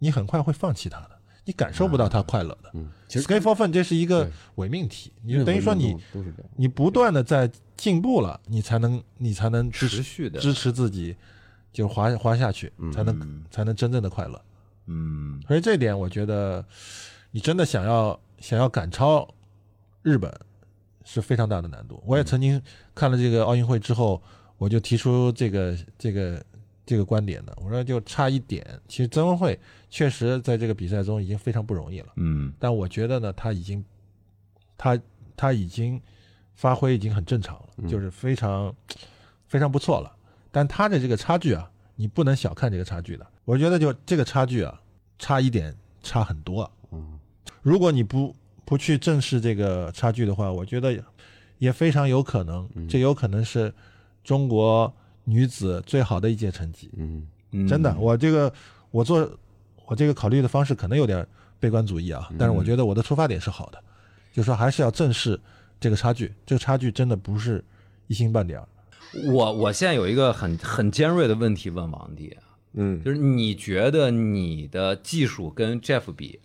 Speaker 5: 你很快会放弃它的，你感受不到它快乐的。
Speaker 7: 嗯，其实
Speaker 5: “skate for fun” 这是一个伪命题，你就等于说
Speaker 7: 任
Speaker 5: 你
Speaker 7: 何运动都是这样，
Speaker 5: 你不断的在进步了，你才能你才能支
Speaker 1: 持
Speaker 5: 持
Speaker 1: 续的
Speaker 5: 支持自己就是滑滑下去，
Speaker 7: 嗯
Speaker 5: 才能、才能真正的快乐。
Speaker 1: 嗯
Speaker 5: 所以这一点，我觉得你真的想要想要赶超日本是非常大的难度。我也曾经看了这个奥运会之后，我就提出这个这个这个观点的，我说就差一点，其实曾文慧确实在这个比赛中已经非常不容易了，
Speaker 1: 嗯
Speaker 5: 但我觉得呢，他已经他他已经发挥已经很正常了，就是非常非常不错了。但他的这个差距啊，你不能小看这个差距的。我觉得就这个差距啊，差一点差很多啊。嗯，如果你不不去正视这个差距的话，我觉得也非常有可能，这有可能是中国女子最好的一届成绩。
Speaker 3: 嗯
Speaker 1: 嗯，
Speaker 5: 真的，我这个我做我这个考虑的方式可能有点悲观主义啊，
Speaker 1: 嗯
Speaker 5: 但是我觉得我的出发点是好的，就说还是要正视这个差距，这个差距真的不是一星半点儿。
Speaker 1: 我我现在有一个很很尖锐的问题问王帝，
Speaker 3: 嗯，
Speaker 1: 就是你觉得你的技术跟 Jeff 比，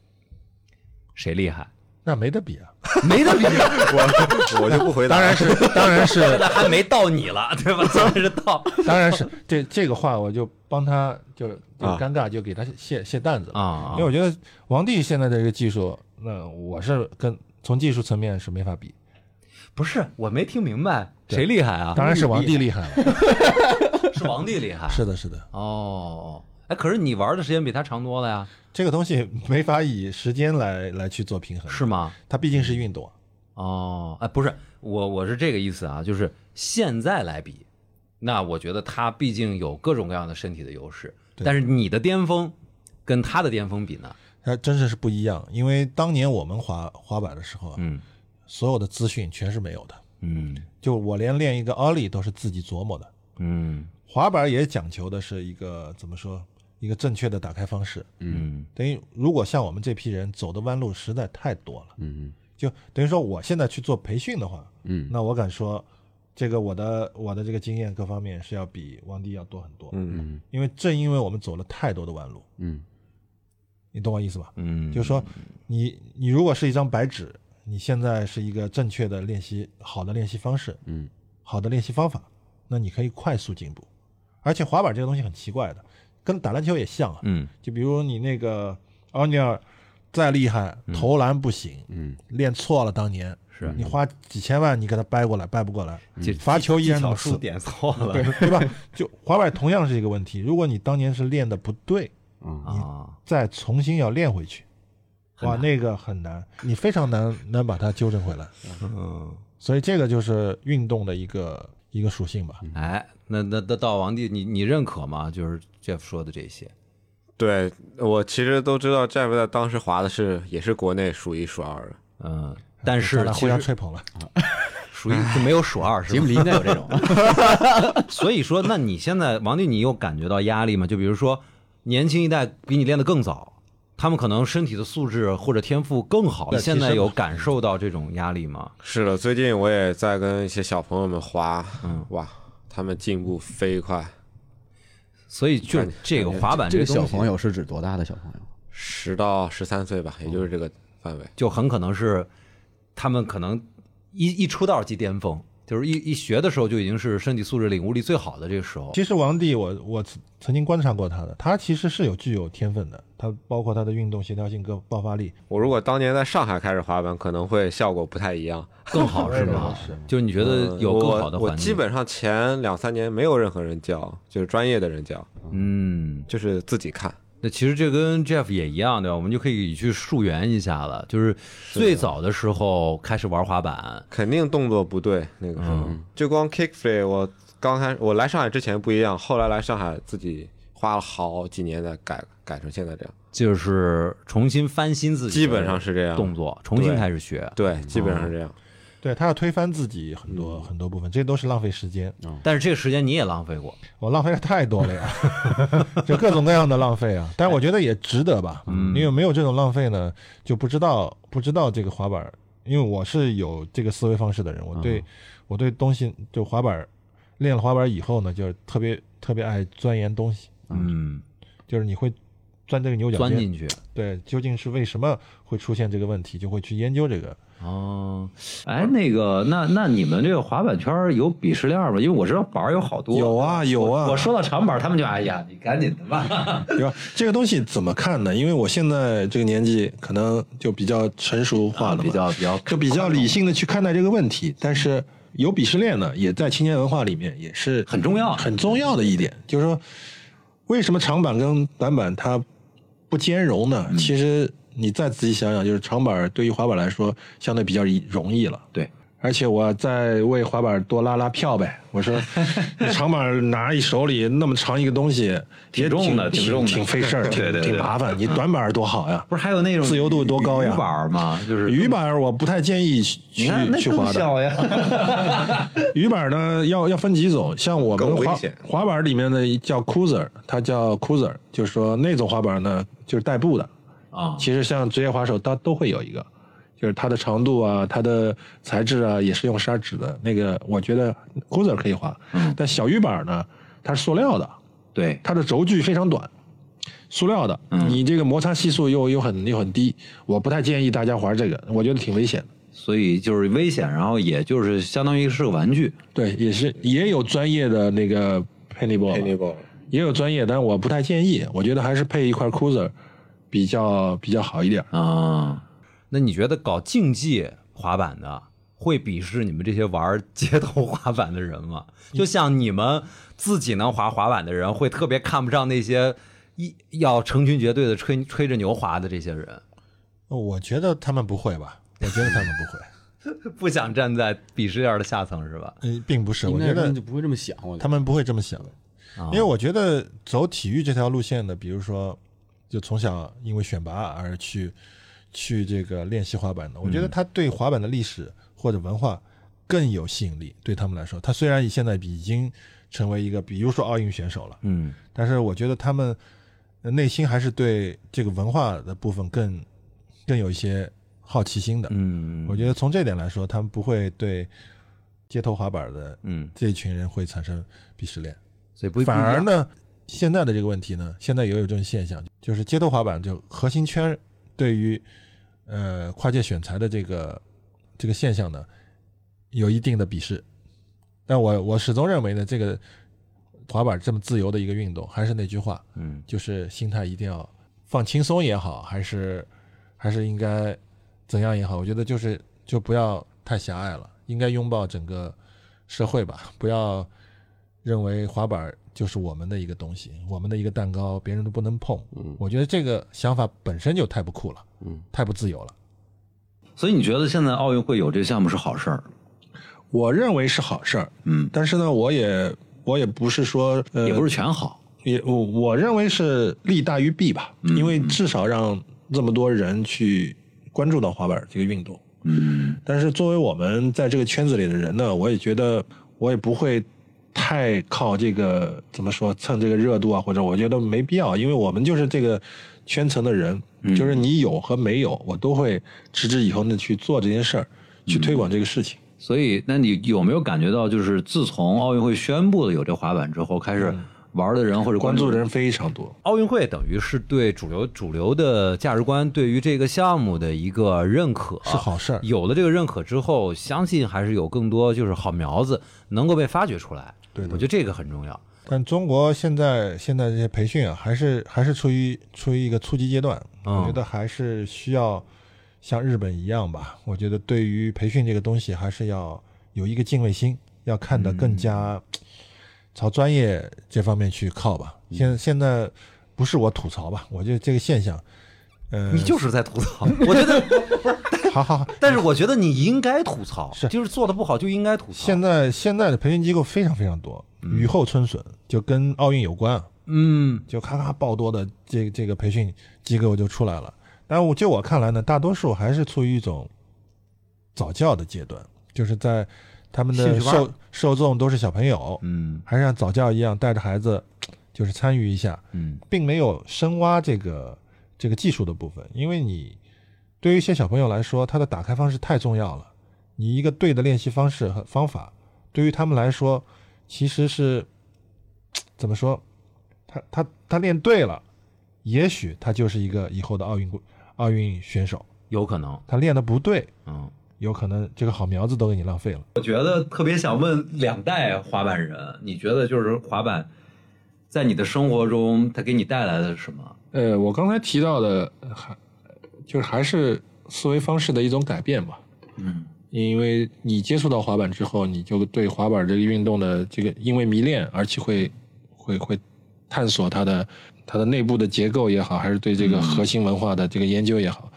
Speaker 1: 谁厉害？
Speaker 5: 那没得比啊，
Speaker 1: 没得比，
Speaker 3: 我我就不回答。
Speaker 5: 当然是，当然是，
Speaker 1: 那还没到你了， 对吧？咱是到
Speaker 5: 当然是，这这个话我就帮他就就
Speaker 3: 啊
Speaker 5: 尴尬，就给他卸卸担子了。
Speaker 1: 啊
Speaker 5: 因为我觉得王帝现在的这个技术，那我是跟从技术层面是没法比，
Speaker 1: 不是，我没听明白，谁厉害啊？
Speaker 5: 当然是王帝厉害了。
Speaker 1: 是王帝厉害。
Speaker 5: 是的，是的，
Speaker 1: 哦，哎，可是你玩的时间比他长多了呀，
Speaker 5: 这个东西没法以时间来来去做平衡，
Speaker 1: 是吗？
Speaker 5: 它毕竟是运动啊。
Speaker 1: 哦，哎，不是，我我是这个意思啊，就是现在来比，那我觉得他毕竟有各种各样的身体的优势，但是你的巅峰跟他的巅峰比呢？
Speaker 5: 它真是是不一样，因为当年我们滑滑板的时候啊，
Speaker 1: 嗯
Speaker 5: 所有的资讯全是没有的，
Speaker 1: 嗯
Speaker 5: 就我连练一个奥利都是自己琢磨的。
Speaker 1: 嗯
Speaker 5: 滑板也讲求的是一个怎么说，一个正确的打开方式。
Speaker 1: 嗯
Speaker 5: 等于如果像我们这批人走的弯路实在太多了，
Speaker 7: 嗯
Speaker 5: 就等于说我现在去做培训的话，
Speaker 7: 嗯
Speaker 5: 那我敢说，这个我的我的这个经验各方面是要比王迪要多很多。
Speaker 3: 嗯
Speaker 7: 嗯
Speaker 5: 因为正因为我们走了太多的弯路，
Speaker 7: 嗯
Speaker 5: 你懂我意思吧？
Speaker 1: 嗯，
Speaker 5: 就是说你你如果是一张白纸，你现在是一个正确的练习，好的练习方式，
Speaker 7: 嗯，
Speaker 5: 好的练习方法，那你可以快速进步。而且滑板这个东西很奇怪的，跟打篮球也像啊。
Speaker 1: 嗯
Speaker 5: 就比如你那个奥尼尔再厉害，投篮不行，
Speaker 7: 嗯，
Speaker 5: 练错了当年。
Speaker 1: 是啊嗯
Speaker 5: 你花几千万，你给他掰过来，掰不过来，
Speaker 1: 技
Speaker 5: 罚嗯球依然
Speaker 1: 技
Speaker 5: 那
Speaker 1: 巧
Speaker 5: 么
Speaker 1: 数
Speaker 5: 死，
Speaker 1: 点错
Speaker 5: 对
Speaker 1: 了
Speaker 5: 对吧？就滑板同样是一个问题，如果你当年是练的不对，
Speaker 1: 啊，
Speaker 5: 再重新要练回去，
Speaker 1: 很
Speaker 5: 哇，
Speaker 1: 难
Speaker 5: 那个很难，你非常难难把它纠正回来。
Speaker 1: 嗯。
Speaker 5: 所以这个就是运动的一个一个属性吧。
Speaker 1: 哎，那那那到王帝，你你认可吗？就是 Jeff 说的这些，
Speaker 3: 对我其实都知道，Jeff 在当时滑的是也是国内数一数二的。
Speaker 5: 呃
Speaker 1: 嗯，但是
Speaker 5: 咱俩
Speaker 1: 其
Speaker 5: 互相
Speaker 1: 实
Speaker 5: 吹捧了，
Speaker 1: 属于就没有数二，是吧？
Speaker 7: 节目里应该有 这种，
Speaker 1: 所以说，那你现在王帝，你有感觉到压力吗？就比如说，年轻一代比你练得更早，他们可能身体的素质或者天赋更好，你
Speaker 5: 对
Speaker 1: 现在有感受到这种压力吗？
Speaker 3: 是的，最近我也在跟一些小朋友们滑，
Speaker 1: 嗯
Speaker 3: 哇，他们进步飞快，
Speaker 1: 所以就
Speaker 3: 感觉
Speaker 1: 这个滑板
Speaker 7: 这个
Speaker 1: 东西，
Speaker 7: 小朋友是指多大的小朋友？
Speaker 3: 十到十三岁吧，也就是这个范围。
Speaker 1: 就很可能是他们可能一一出道即巅峰，就是一一学的时候就已经是身体素质、领悟力最好的这个时候。
Speaker 5: 其实王帝我，我曾曾经观察过他的，他其实是有具有天分的，他包括他的运动协调性跟爆发力，
Speaker 3: 我如果当年在上海开始滑板，可能会效果不太一样。
Speaker 1: 更好是 吗？就是你觉得呃有更好的
Speaker 3: 嗯我我
Speaker 1: 环境？
Speaker 3: 基本上前两三年没有任何人教，就是专业的人教，
Speaker 1: 嗯，
Speaker 3: 就是自己看。
Speaker 1: 那其实这跟 Jeff 也一样，对吧？我们就可以去溯源一下了，就是最早的时候开始玩滑板，
Speaker 3: 肯定动作不对，那个时候、
Speaker 1: 嗯
Speaker 3: 就光 kick flip，我刚开始我来上海之前不一样，后来来上海自己花了好几年才改改成现在这样，
Speaker 1: 就是重新翻新自己，
Speaker 3: 基本上是这样。
Speaker 1: 动作，嗯重新开始学。
Speaker 5: 嗯
Speaker 3: 对，基本上是这样。
Speaker 5: 对他要推翻自己很
Speaker 1: 嗯
Speaker 5: 多、很多部分，这都是浪费时间，
Speaker 1: 但是这个时间你也浪费过，
Speaker 5: 我浪费了太多了呀， 就各种各样的浪费啊，但是我觉得也值得吧，因为没有这种浪费呢，就不知道不知道这个滑板儿，因为我是有这个思维方式的人，我对、我对东西就滑板儿练了滑板儿以后呢，就是特别特别爱钻研东西，
Speaker 1: 嗯
Speaker 5: 就是你会
Speaker 9: 钻这个牛角
Speaker 1: 钻
Speaker 9: 尖。
Speaker 1: 进去。
Speaker 9: 对，究竟是为什么会出现这个问题，就会去研究这个。
Speaker 1: 哦，
Speaker 10: 哎，那个，那那你们这个滑板圈儿有鄙视链儿吗？因为我知道板儿有好多。
Speaker 5: 有啊有啊，
Speaker 10: 我说到长板儿，他们就哎呀，你赶紧的吧。
Speaker 5: 对吧？这个东西怎么看呢？因为我现在这个年纪，可能就比较成熟化
Speaker 1: 啊
Speaker 5: 了嘛、
Speaker 7: 比较比 较
Speaker 5: 就比较理性的去看待这个问题。但是有鄙视链呢，也在青年文化里面也是
Speaker 10: 很重要
Speaker 5: 很重要的一点，就是说，为什么长板跟短板它不兼容呢？其实你再仔细想想，就是长板对于滑板来说相对比较容易了，
Speaker 10: 对。
Speaker 5: 而且我再为滑板多拉拉票呗。我 说，你长板拿一手里那么长一个东西，
Speaker 10: 挺
Speaker 5: 也
Speaker 10: 重的
Speaker 5: 挺
Speaker 10: 挺重的
Speaker 5: 挺费事 儿，
Speaker 10: 对对对
Speaker 5: 挺挺麻烦。你短板儿多好呀，
Speaker 10: 不是还有那种
Speaker 5: 自由度多高呀
Speaker 10: 鱼板儿吗？就是
Speaker 5: 鱼，板儿我不太建议去
Speaker 10: 你看那
Speaker 5: 去
Speaker 10: 更
Speaker 5: 滑的。
Speaker 10: 小呀。
Speaker 5: 鱼板儿呢，要要分几种，像我们
Speaker 3: 更危
Speaker 5: 滑
Speaker 3: 险
Speaker 5: 滑板儿里面的叫 cruiser，它叫 cruiser，就是说那种滑板儿呢就是代步的。
Speaker 1: 哦
Speaker 10: 啊，
Speaker 5: 其实像职业滑手，它都会有一个，就是它的长度啊，它的材质啊，也是用砂纸的。那个我觉得 cruiser 可以滑，但小鱼板儿呢，它是塑料的，
Speaker 10: 对，
Speaker 5: 它的轴距非常短，塑料的，你这个摩擦系数又又很又很低，我不太建议大家玩这个，我觉得挺危险的。
Speaker 10: 所以就是危险，然后也就是相当于是个玩具。
Speaker 5: 对，也是也有专业的那个 penny
Speaker 11: 哦
Speaker 5: ball，
Speaker 3: Pennyball
Speaker 5: 也有专业，但我不太建议，我觉得还是配一块 cruiser 比较比较好一点。
Speaker 10: 啊，
Speaker 1: 那你觉得搞竞技滑板的会鄙视你们这些玩街头滑板的人吗？就像你们自己能滑滑板的人，会特别看不上那些一要成群结队的吹吹着牛滑的这些人，
Speaker 9: 呃我觉得他们不会吧？我觉得他们不会。
Speaker 1: 不想站在鄙视链的下层是吧？
Speaker 9: 嗯，并不是，我
Speaker 7: 应该
Speaker 9: 觉
Speaker 7: 他
Speaker 9: 得
Speaker 7: 们就不会这么想，我觉
Speaker 9: 他
Speaker 7: 得
Speaker 9: 们不会这么想，
Speaker 1: 啊
Speaker 9: 因为我觉得走体育这条路线的，比如说就从小因为选拔而去去这个练习滑板的，我觉得他对滑板的历史或者文化更有吸引力。对他们来说，他虽然现在已经成为一个，比如说奥运选手了，
Speaker 1: 嗯，
Speaker 9: 但是我觉得他们呃内心还是对这个文化的部分更更有一些好奇心的。
Speaker 1: 嗯
Speaker 9: 我觉得从这点来说，他们不会对街头滑板的
Speaker 1: 嗯，
Speaker 9: 这一群人会产生鄙视链。
Speaker 1: 所以不
Speaker 9: 反而
Speaker 1: 不一样
Speaker 9: 呢，现在的这个问题呢，现在也有这种现象，就是街头滑板就核心圈对于呃跨界选材的这个这个现象呢，有一定的鄙视。但我我始终认为呢，这个滑板这么自由的一个运动，还是那句话，
Speaker 1: 嗯
Speaker 9: 就是心态一定要放轻松也好，还是还是应该怎样也好，我觉得就是就不要太狭隘了，应该拥抱整个社会吧，不要认为滑板就是我们的一个东西，我们的一个蛋糕，别人都不能碰。嗯，我觉得这个想法本身就太不酷了，嗯，太不自由了。
Speaker 10: 所以你觉得现在奥运会有这个项目是好事儿？
Speaker 5: 我认为是好事儿，
Speaker 10: 嗯，
Speaker 5: 但是呢，我也我也不是说，呃，
Speaker 10: 也不是全好。
Speaker 5: 也我我认为是利大于弊吧，因为至少让这么多人去关注到滑板这个运动。
Speaker 10: 嗯，
Speaker 5: 但是作为我们在这个圈子里的人呢，我也觉得我也不会太靠这个怎么说蹭这个热度啊，或者我觉得没必要，因为我们就是这个圈层的人，就是你有和没有，我都会持之以恒的去做这件事儿，去推广这个事情。
Speaker 10: 所以那你有没有感觉到，就是自从奥运会宣布了有这滑板之后，开
Speaker 9: 嗯
Speaker 10: 始玩的人或者
Speaker 5: 关注
Speaker 10: 的
Speaker 5: 的人非常多，
Speaker 1: 奥运会等于是对主流主流的价值观对于这个项目的一个认可，
Speaker 9: 是好事儿
Speaker 1: 有了这个认可之后，相信还是有更多就是好苗子能够被发掘出来。
Speaker 9: 对的
Speaker 1: 我觉得这个很重要。
Speaker 9: 但中国现在现在这些培训啊，还是还是处于处于一个初级阶段，
Speaker 1: 嗯
Speaker 9: 我觉得还是需要像日本一样吧。我觉得对于培训这个东西，还是要有一个敬畏心，要看得更加朝专业这方面去靠吧。现现在不是我吐槽吧，我觉得这个现象，嗯、
Speaker 1: 你就是在吐槽，我觉得，
Speaker 9: 好好好。
Speaker 1: 但是我觉得你应该吐槽，
Speaker 9: 是
Speaker 1: 就是做的不好就应该吐槽。
Speaker 9: 现在现在的培训机构非常非常多，雨后春笋，就跟奥运有关啊。
Speaker 1: 嗯，
Speaker 9: 就咔咔爆多的这这个培训机构就出来了。但我就我看来呢，大多数还是处于一种早教的阶段，就是在他们
Speaker 1: 兴
Speaker 9: 的
Speaker 1: 趣班
Speaker 9: 受受众都是小朋友，
Speaker 1: 嗯
Speaker 9: 还是像早教一样带着孩子就是参与一下，
Speaker 1: 嗯
Speaker 9: 并没有深挖这个这个技术的部分，因为你对于一些小朋友来说，他的打开方式太重要了。你一个对的练习方式和方法，对于他们来说，其实是怎么说？他他他练对了，也许他就是一个以后的奥运奥运选手。
Speaker 1: 有可能，
Speaker 9: 他练的不对，
Speaker 1: 嗯，
Speaker 9: 有可能这个好苗子都给你浪费了。
Speaker 1: 我觉得特别想问两代滑板人，你觉得就是滑板在你的生活中，它给你带来了什么？
Speaker 5: 呃，我刚才提到的呃还就是还是思维方式的一种改变吧。
Speaker 1: 嗯，
Speaker 5: 因为你接触到滑板之后，你就对滑板这个运动的这个因为迷恋，而且会会会探索它的它的内部的结构也好，还是对这个核心文化的这个研究也好，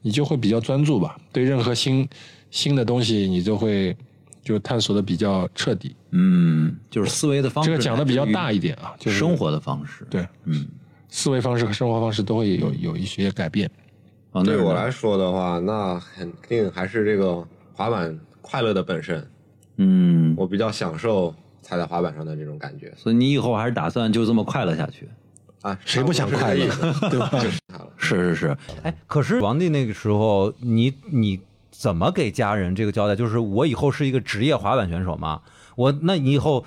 Speaker 5: 你就会比较专注吧。对任何新新的东西，你就会就探索的比较彻底。
Speaker 1: 嗯，就是思维的方式，
Speaker 5: 这个讲的比较大一，点啊，就是
Speaker 1: 生活的方式。
Speaker 5: 对
Speaker 1: 嗯，
Speaker 5: 思维方式和生活方式都会有有一些改变。
Speaker 1: 啊，那
Speaker 11: 对我来说的话，那肯定还是这个滑板快乐的本身，
Speaker 1: 嗯，
Speaker 11: 我比较享受踩在滑板上的这种感觉
Speaker 1: 所以你以后还是打算就这么快乐下去？
Speaker 11: 啊。
Speaker 5: 谁不想快乐
Speaker 11: 差不多是这个意思就是它了
Speaker 1: 是是是，哎，可是王帝那个时候，你你怎么给家人这个交代？就是我以后是一个职业滑板选手嘛，我那你以后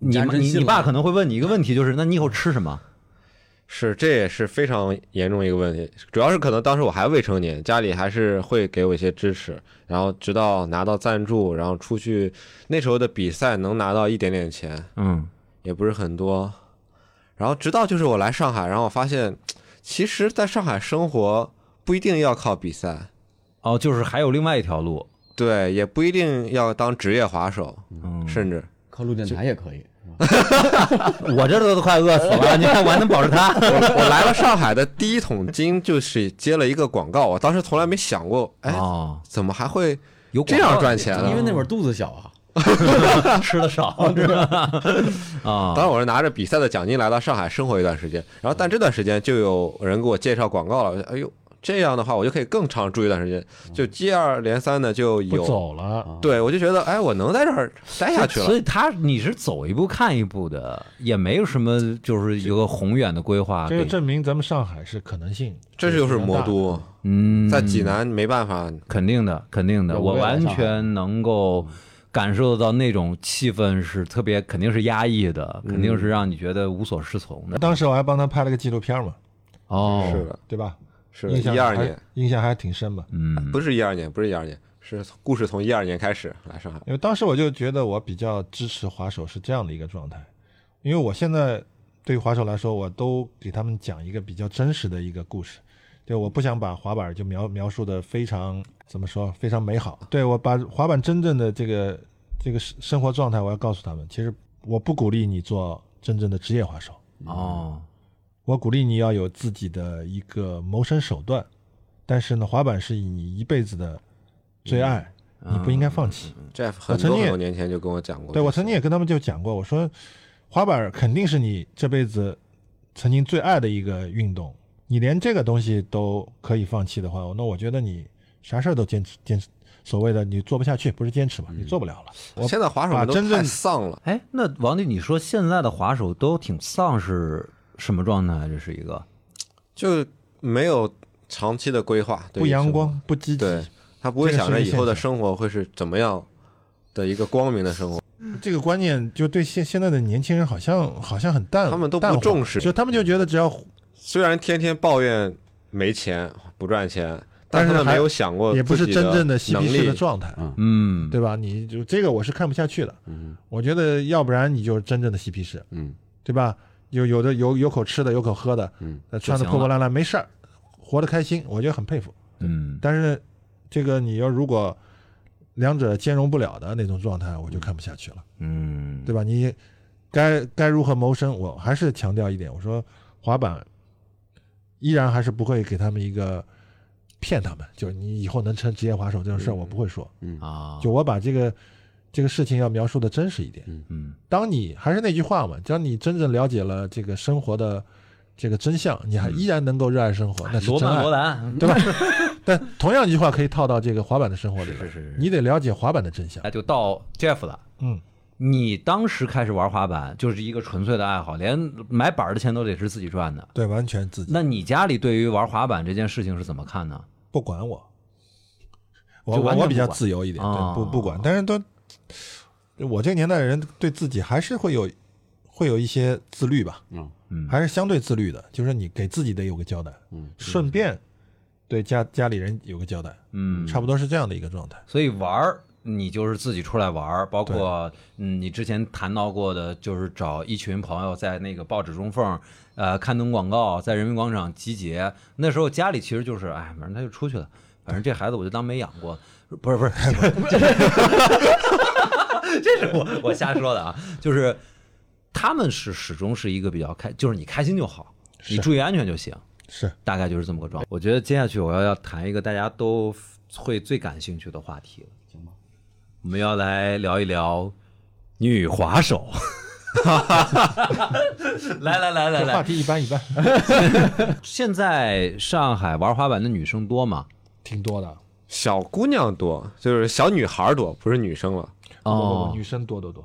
Speaker 1: 你
Speaker 7: 家人
Speaker 1: 妈
Speaker 7: 真
Speaker 1: 你
Speaker 7: 信
Speaker 1: 你爸
Speaker 7: 了
Speaker 1: 可能会问你一个问题，就是那你以后吃什么？
Speaker 3: 是，这也是非常严重一个问题，主要是可能当时我还未成年，家里还是会给我一些支持，然后直到拿到赞助，然后出去那时候的比赛能拿到一点点钱，
Speaker 1: 嗯
Speaker 3: 也不是很多，然后直到就是我来上海，然后我发现，其实在上海生活不一定要靠比赛，
Speaker 1: 哦，就是还有另外一条路，
Speaker 3: 对，也不一定要当职业滑手，
Speaker 1: 嗯，
Speaker 3: 甚至
Speaker 7: 靠录电台也可以。
Speaker 1: 我这都快饿死了，你看我还能保着他？
Speaker 3: 我我来了上海的第一桶金就是接了一个广告，我当时从来没想过，哎，
Speaker 1: 哦，
Speaker 3: 怎么还会
Speaker 1: 有
Speaker 3: 这样赚钱呢
Speaker 7: 因为？那会儿肚子小啊，
Speaker 1: 赚，吃的 少是吧？啊，
Speaker 3: 当然，我是拿着比赛的奖金来到上海生活一段时间，然后但这段时间就有人给我介绍广告了，我就哎呦，这样的话我就可以更长住一段时间，就接二连三的就
Speaker 9: 不
Speaker 3: 有，
Speaker 9: 走了，
Speaker 3: 对我就觉得哎，我能在这儿待下去
Speaker 1: 所
Speaker 3: 了。
Speaker 1: 以他你是走一步看一步的，也没有什么就是有个宏远的规划
Speaker 9: 这
Speaker 1: 给。
Speaker 9: 就证明咱们上海是可能性。
Speaker 3: 啊这就是魔都，
Speaker 1: 嗯，
Speaker 3: 在济南没办法，
Speaker 1: 肯定的，肯定的，
Speaker 7: 有
Speaker 1: 我
Speaker 7: 未来
Speaker 1: 完
Speaker 7: 上海
Speaker 1: 全能够感受到那种气氛是特别，肯定是压抑的，肯定
Speaker 3: 嗯
Speaker 1: 是让你觉得无所适从的。
Speaker 9: 当时我还帮他拍了个纪录片嘛，
Speaker 1: 哦，
Speaker 3: 是的，
Speaker 9: 对吧？
Speaker 3: 是
Speaker 9: 印象
Speaker 3: 一二
Speaker 9: 还
Speaker 3: 年，，
Speaker 9: 印象还挺深吧。
Speaker 1: 嗯，
Speaker 3: 不是一二年，不是一二年，是故事从一二年开始来上海。
Speaker 9: 因为当时我就觉得我比较支持滑手是这样的一个状态，因为我现在对于滑手来说，我都给他们讲一个比较真实的一个故事，对，我不想把滑板就描描述的非常怎么说非常美好，对我把滑板真正的这个这个生生活状态，我要告诉他们，其实我不鼓励你做真正的职业滑手，
Speaker 1: 哦，
Speaker 9: 我鼓励你要有自己的一个谋生手段，但是呢，滑板是你一辈子的最爱，
Speaker 3: 嗯
Speaker 9: 你不应该放弃。
Speaker 3: 这很
Speaker 9: 曾
Speaker 3: 多
Speaker 9: 经
Speaker 3: 很
Speaker 9: 也
Speaker 3: 多年前就嗯跟我讲过，
Speaker 9: 嗯对我曾经也跟他们就讲过，我说滑板肯定是你这辈子曾经最爱的一个运动，你连这个东西都可以放弃的话，那我觉得你啥事儿都坚持坚持，所谓的你做不下去，不是坚持
Speaker 3: 嗯
Speaker 9: 吧，你做不了了。我
Speaker 3: 现在滑手
Speaker 9: 把
Speaker 3: 们都
Speaker 9: 真正
Speaker 3: 太丧了，
Speaker 1: 哎，那王帝，你说现在的滑手都挺丧，是什么状态？啊这是一个
Speaker 3: 就没有长期的规划，对
Speaker 9: 不
Speaker 3: 于
Speaker 9: 阳
Speaker 3: 生活
Speaker 9: 光，不积极，
Speaker 3: 对他不会
Speaker 9: 这个
Speaker 3: 想
Speaker 9: 是
Speaker 3: 着
Speaker 9: 个
Speaker 3: 以
Speaker 9: 现
Speaker 3: 后的
Speaker 9: 象
Speaker 3: 生活会是怎么样的一个光明的生活，
Speaker 9: 这个观念就对现现在的年轻人好像好像很淡，
Speaker 3: 他们都不
Speaker 9: 淡化
Speaker 3: 重视嗯
Speaker 9: 就他们就觉得只要
Speaker 3: 虽然天天抱怨没钱不赚钱，
Speaker 9: 但
Speaker 3: 但
Speaker 9: 是
Speaker 3: 他们
Speaker 9: 还
Speaker 3: 没有想过
Speaker 9: 也不是
Speaker 3: 自己
Speaker 9: 真正的嬉
Speaker 3: 能
Speaker 9: 皮士的
Speaker 3: 力。
Speaker 9: 状态，
Speaker 1: 嗯，
Speaker 9: 对吧？你就这个我是看不下去的，
Speaker 3: 嗯
Speaker 9: 我觉得要不然你就是真正的嬉皮士，
Speaker 3: 嗯，
Speaker 9: 对吧？有有的有有口吃的，有口喝的，
Speaker 3: 嗯
Speaker 9: 呃，穿的
Speaker 1: 行
Speaker 9: 破破
Speaker 1: 了
Speaker 9: 烂烂没事儿，活得开心，我觉得很佩服。
Speaker 1: 嗯，
Speaker 9: 但是这个你要如果两者兼容不了的那种状态，我就看不下去了，
Speaker 1: 嗯，
Speaker 9: 对吧？你该该如何谋生，我还是强调一点，我说滑板依然还是不会给他们一个骗他们，就是你以后能成职业滑手这种事儿，我不会说，
Speaker 1: 嗯啊，
Speaker 9: 就我把这个这个事情要描述的真实一点。
Speaker 1: 嗯
Speaker 9: 当你还是那句话嘛，只要你真正了解了这个生活的这个真相，你还依然能够热爱生活，那是
Speaker 1: 嗯罗
Speaker 9: 真
Speaker 1: 曼
Speaker 9: 爱嗯
Speaker 1: 罗，兰，
Speaker 9: 对吧？ 但同样一句话可以套到这个滑板的生活里了，
Speaker 1: 是是哎是
Speaker 9: 你得了解滑板的真相
Speaker 1: 那。就到 Jeff 了。
Speaker 9: 嗯，
Speaker 1: 你当时开始玩滑板就是一个纯粹的爱好，连买板儿的钱都得是自己赚的。
Speaker 9: 对，完全自己
Speaker 1: 那你家里对于玩滑板这件事情是怎么看呢？
Speaker 9: 不管我，我
Speaker 1: 就
Speaker 9: 我
Speaker 1: 完全
Speaker 9: 我比较
Speaker 1: 不管
Speaker 9: 自由一点，对
Speaker 1: 哦
Speaker 9: 不不管，但是都我这个年代的人对自己还是会有会有一些自律吧，
Speaker 7: 嗯
Speaker 1: 嗯
Speaker 9: 还是相对自律的，就是你给自己得有个交代，
Speaker 7: 嗯，
Speaker 9: 顺便对家家里人有个交代，
Speaker 1: 嗯，
Speaker 9: 差不多是这样的一个状态。
Speaker 1: 所以玩儿，你就是自己出来玩儿，包括嗯，你之前谈到过的，就是找一群朋友在那个报纸中缝，呃，刊登广告，在人民广场集结。那时候家里其实就是，哎，反正他就出去了，反正这孩子我就当没养过，不是不是，这是 我我瞎说的啊，就是他们是始终是一个比较开，就是你开心就好，你注意安全就行。
Speaker 9: 是
Speaker 1: 大概就是这么个状况。我觉得接下去我要要谈一个大家都会最感兴趣的话题了，行吗？我们要来聊一聊女滑手。 来来来来
Speaker 9: 话
Speaker 1: 来，
Speaker 9: 题一般一般，
Speaker 1: 现在上海玩滑板的女生多吗？
Speaker 9: 挺多的。
Speaker 3: 小姑娘多，就是小女孩多，不是女生了
Speaker 9: 不不
Speaker 1: 哦
Speaker 9: 不，女生多多多，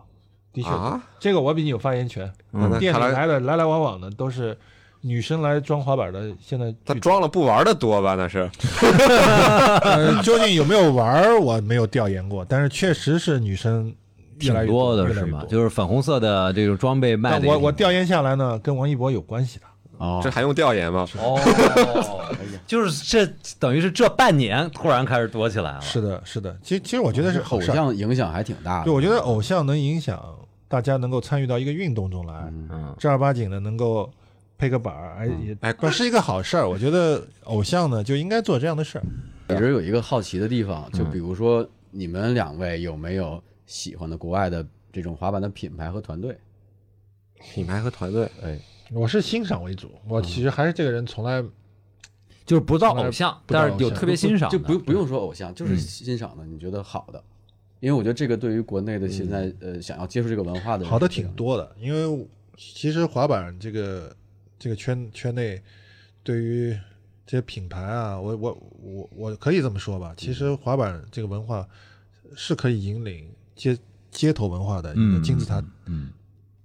Speaker 9: 的确，
Speaker 3: 啊。
Speaker 9: 这个我比你有发言权。
Speaker 3: 那
Speaker 9: 店里
Speaker 3: 看来
Speaker 9: 来的来来往往的都是女生来装滑板的，现在
Speaker 3: 他
Speaker 9: 巨多
Speaker 3: 装了不玩的多吧？那是
Speaker 9: 呃，究竟有没有玩儿，我没有调研过，但是确实是女生越
Speaker 1: 挺
Speaker 9: 来越
Speaker 1: 多的
Speaker 9: 越来
Speaker 1: 是
Speaker 9: 越
Speaker 1: 吗？
Speaker 9: 多
Speaker 1: 就是粉红色的这种装备卖
Speaker 9: 但
Speaker 1: 的也
Speaker 9: 我
Speaker 1: 挺
Speaker 9: 我调研下来呢，跟王一博有关系的。
Speaker 7: 哦
Speaker 3: 这，还用调研吗？
Speaker 1: 哦，就是这等于是这半年突然开始多起来了。
Speaker 9: 是的，是的，其实其实我觉
Speaker 1: 哦
Speaker 9: 得是好
Speaker 7: 偶
Speaker 9: 事儿。
Speaker 7: 像影响还挺大的。
Speaker 9: 对，我觉得偶像能影响大家能够参与到一个运动中来，
Speaker 1: 嗯，
Speaker 9: 正儿八经的能够配个板儿，哎也
Speaker 3: 哎
Speaker 9: 不是一个好事儿。我觉得偶像呢就应该做这样的事儿。
Speaker 7: 一直有一个好奇的地方，
Speaker 9: 嗯
Speaker 7: 就比如说你们两位有没有喜欢的国外的这种滑板的品牌和团队？
Speaker 3: 品牌和团队，
Speaker 7: 哎，
Speaker 9: 我是欣赏为主，我其实还是这个人从来
Speaker 1: 就是不到
Speaker 9: 从来
Speaker 1: 偶像，
Speaker 9: 不到
Speaker 1: 但是有
Speaker 9: 偶像
Speaker 1: 特别欣赏的，嗯
Speaker 7: 就不不用说偶像，
Speaker 9: 嗯
Speaker 7: 就是欣赏的，你觉得好的，因为我觉得这个对于国内的现在呃想要接触这个文化的人
Speaker 9: 嗯好的挺，多的，因为其实滑板这个这个圈圈内，对于这些品牌啊，我我我我可以这么说吧，其实滑板这个文化是可以引领街街头文化的一个
Speaker 1: 嗯
Speaker 9: 金字塔
Speaker 1: 嗯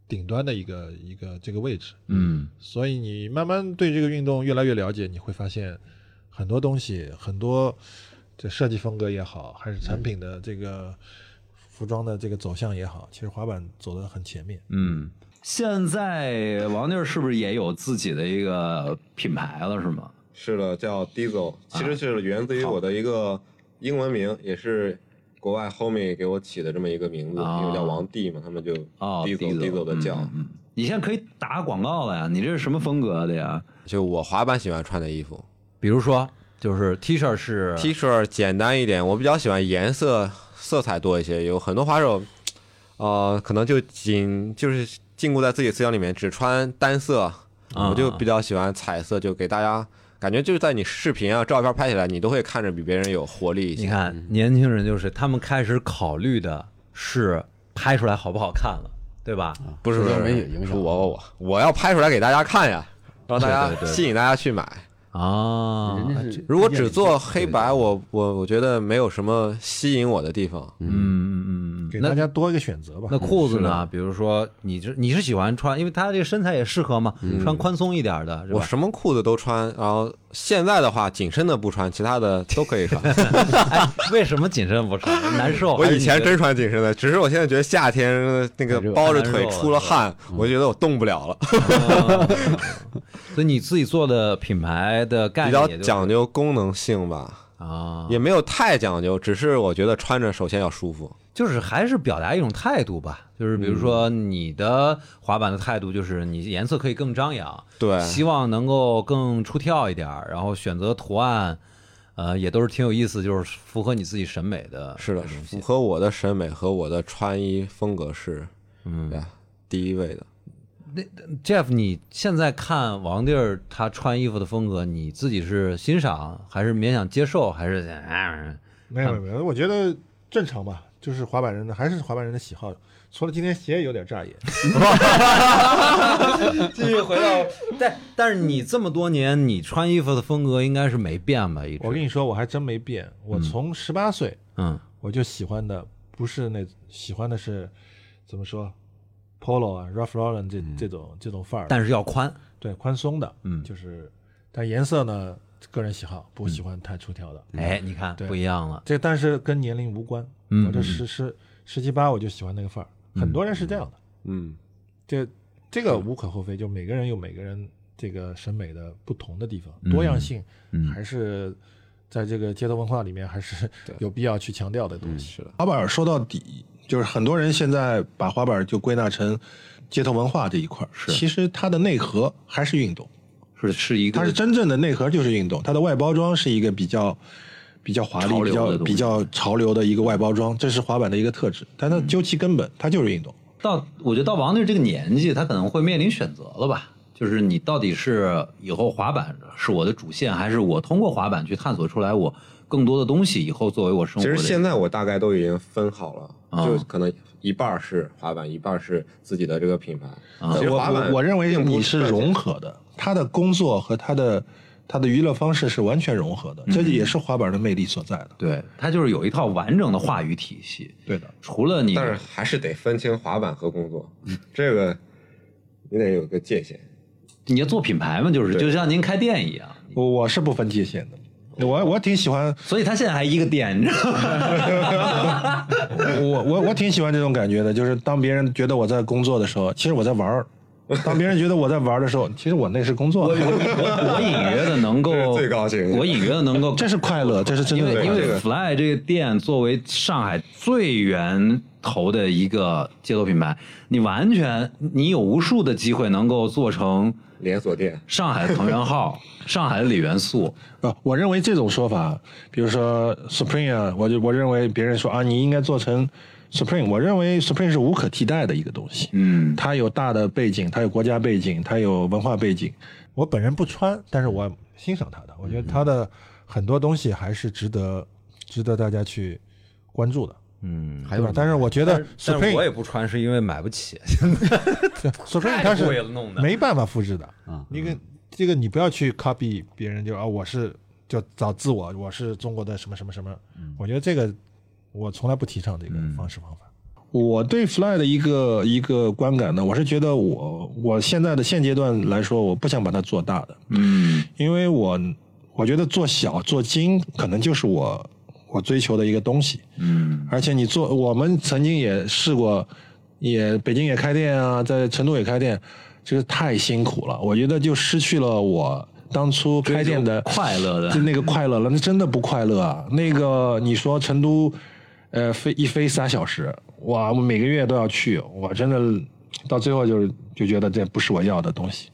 Speaker 9: 顶端的一个一个这个位置，
Speaker 1: 嗯
Speaker 9: 所以你慢慢对这个运动越来越了解，你会发现很多东西，很多这设计风格也好，还是产品的这个服装的这个走向也好，其实滑板走得很前面。
Speaker 1: 嗯，
Speaker 12: 现在王静是不是也有自己的一个品牌了，是吗？
Speaker 13: 是的，叫 Diesel，其
Speaker 9: 啊
Speaker 13: 实是源自于我的一个英文名，也是国外 homie 给我起的这么一个名字，
Speaker 12: 啊
Speaker 13: 因为叫王帝嘛，他们就
Speaker 12: 哦
Speaker 9: 啊
Speaker 13: Diesel Diesel 的叫。
Speaker 12: 嗯嗯嗯你现在可以打广告了呀！你这是什么风格的呀？
Speaker 3: 就我滑板喜欢穿的衣服
Speaker 1: 比如说就是 T 恤是
Speaker 3: ，T 恤简单一点，我比较喜欢颜色色彩多一些。有很多滑手，呃，可能就仅就是禁锢在自己思想里面，只穿单色。
Speaker 1: 啊
Speaker 3: 我就比较喜欢彩色，就给大家感觉就是在你视频啊、照片拍起来，你都会看着比别人有活力一些。
Speaker 1: 你看，年轻人就是他们开始考虑的是拍出来好不好看了，对吧？
Speaker 3: 不是不是
Speaker 7: 社交
Speaker 3: 不是
Speaker 7: 媒体影响
Speaker 3: 是我我我我要拍出来给大家看呀，让大
Speaker 1: 对对
Speaker 3: 家
Speaker 1: 对
Speaker 3: 吸引大家去买。
Speaker 1: 啊，
Speaker 7: 人家是
Speaker 3: 如果只做黑白，我我我觉得没有什么吸引我的地方。
Speaker 1: 嗯嗯嗯
Speaker 9: 给
Speaker 1: 嗯，
Speaker 9: 大
Speaker 1: 那
Speaker 9: 家多一个选择吧。
Speaker 3: 嗯
Speaker 9: 嗯
Speaker 1: 那裤子呢？比如说，你是你是喜欢穿，因为他这个身材也适合嘛，
Speaker 3: 嗯
Speaker 1: 穿宽松一点的，是
Speaker 3: 我
Speaker 1: 吧？
Speaker 3: 什么裤子都穿，然后现在的话，紧身的不穿，其他的都 可以穿。
Speaker 1: 哎，为什么紧身不穿？难受。啊
Speaker 3: 我以前
Speaker 1: 还是
Speaker 3: 真穿紧身的，只是我现在觉得夏天呃那个包着腿出了汗，
Speaker 1: 嗯
Speaker 3: 我觉得我动不了了，
Speaker 1: 你的，所以你自己做的品牌的概
Speaker 3: 比
Speaker 1: 念
Speaker 3: 较
Speaker 1: 也就是
Speaker 3: 讲究功能性吧，
Speaker 1: 啊，
Speaker 3: 也没有太讲究，只是我觉得穿着首先要舒服。
Speaker 1: 就是还是表达一种态度吧，就是比如说你的滑板的态度就是你颜色可以更张扬，
Speaker 3: 对，
Speaker 1: 希望能够更出跳一点儿，然后选择图案，呃，也都是挺有意思，就是符合你自己审美的。
Speaker 3: 是的，符合我的审美和我的穿衣风格是，嗯，第一位的。
Speaker 1: Jeff，你现在看王弟儿他穿衣服的风格，你自己是欣赏还是勉强接受，还是 哎
Speaker 9: 没有没有没有，我觉得正常吧，就是滑板人的还是滑板人的喜好，除了今天鞋有点扎眼。
Speaker 1: 继续回到？但但是你这么多年，你穿衣服的风格应该是没变吧？一直
Speaker 9: 我跟你说，我还真没变，我从十八岁
Speaker 1: 嗯
Speaker 9: 我就喜欢的不是那喜欢的是怎么说，polo 啊，Ralph Lauren 这、这种这种范儿，
Speaker 1: 嗯但是要宽，
Speaker 9: 对宽松的，
Speaker 1: 嗯
Speaker 9: 就是但颜色呢个人喜好，不喜欢太出挑的。
Speaker 1: 哎，你看
Speaker 9: 对
Speaker 1: 不一样了。
Speaker 9: 这但是跟年龄无关，
Speaker 1: 嗯
Speaker 9: 我这
Speaker 1: 嗯
Speaker 9: 十十十七八我就喜欢那个范儿，很多人是这样的。
Speaker 3: 嗯，
Speaker 9: 这
Speaker 5: 这个无可厚非，就每个人有每个人这个审美的不同的地方，多样性
Speaker 1: 嗯
Speaker 5: 还是在这个街头文化里面还是有必要去强调的
Speaker 9: 嗯
Speaker 5: 东西。
Speaker 3: 是的，
Speaker 9: 滑板说到底，就是很多人现在把滑板就归纳成街头文化这一块儿，
Speaker 7: 是
Speaker 9: 其实它的内核还是运动，
Speaker 7: 是是一
Speaker 9: 它
Speaker 7: 个
Speaker 9: 是真正的内核就是运动，它的外包装是一个比较比较华
Speaker 7: 潮流
Speaker 9: 丽、比
Speaker 7: 的
Speaker 9: 较
Speaker 7: 东西
Speaker 9: 比较潮流的一个外包装，这是滑板的一个特质，但它
Speaker 5: 嗯
Speaker 9: 究其根本，它就是运动。
Speaker 1: 到我觉得到王队这个年纪，他可能会面临选择了吧，就是你到底是以后滑板是我的主线，还是我通过滑板去探索出来我更多的东西，以后作为我生
Speaker 8: 其
Speaker 1: 活的。
Speaker 8: 实现在我大概都已经分好
Speaker 1: 啊
Speaker 8: 了，就可能一半儿是滑板，一半儿是自己的这个品牌。
Speaker 1: 啊
Speaker 8: 其实
Speaker 9: 我
Speaker 8: 滑
Speaker 3: 呃
Speaker 8: 板
Speaker 9: 我我认为
Speaker 8: 并不
Speaker 9: 你是
Speaker 8: 赚钱
Speaker 9: 融合的，他的工作和他的他的娱乐方式是完全融合的，这也是滑板的魅力所在的。
Speaker 1: 对他就是有一套完整的话语体系，
Speaker 9: 对的，
Speaker 1: 除了你
Speaker 8: 但是还是得分清滑板和工作，这个你得有个界限。
Speaker 1: 你要做品牌嘛，就是
Speaker 8: 对
Speaker 1: 就像您开店一样，
Speaker 9: 我我是不分界限的，我我挺喜欢
Speaker 1: 所以他现在还一个店，你知道吗？
Speaker 9: 我我我挺喜欢这种感觉的，就是当别人觉得我在工作的时候，其实我在玩儿；当别人觉得我在玩儿的时候，其实我那是工作，
Speaker 1: 我我隐约的能够
Speaker 8: 这是最高兴的
Speaker 1: 我隐约的能够
Speaker 9: 这是快乐，这是真
Speaker 1: 因
Speaker 9: 正的
Speaker 1: 为
Speaker 9: 快
Speaker 1: 因
Speaker 9: 乐。
Speaker 1: 为 Fly 这个店作为上海最源头的一个街头品牌，你完全你有无数的机会能够做成
Speaker 8: 连锁店，
Speaker 1: 上海的藤原浩、上海的李元素，
Speaker 9: 呃，我认为这种说法，比如说 Supreme 啊，我就我认为别人说啊，你应该做成 Supreme，我认为 Supreme 是无可替代的一个东西。
Speaker 1: 嗯，
Speaker 9: 它有大的背景，它有国家背景，它有文化背景。
Speaker 5: 我本人不穿，但是我欣赏他的，我觉得他的很多东西还是值得值得大家去关注的，
Speaker 1: 嗯，
Speaker 5: 对吧？但是我觉得 Supreme
Speaker 1: 不穿是因为买不起，
Speaker 5: Supreme 它
Speaker 1: 贵
Speaker 5: 是
Speaker 1: 了弄的
Speaker 5: 没办法复制的，
Speaker 9: 啊
Speaker 5: 你跟这个你不要去 copy 别人，就啊我是就找自我，我是中国的什么什么什么，
Speaker 9: 嗯
Speaker 5: 我觉得这个我从来不提倡这个方式方法。
Speaker 9: 我对 Fly 的一个一个观感呢，我是觉得我我现在的现阶段来说，我不想把它做大的，
Speaker 1: 嗯
Speaker 9: 因为我我觉得做小做精可能就是我我追求的一个东西。
Speaker 1: 嗯
Speaker 9: 而且你做，我们曾经也试过，也北京也开店啊，在成都也开店，这个太辛苦了，我觉得就失去了我当初开店的
Speaker 1: 追求快乐的
Speaker 9: 就那个快乐了，那真的不快乐啊。那个你说成都，呃，飞一飞仨小时，哇，我每个月都要去，我真的到最后就是就觉得这不是我要的东西。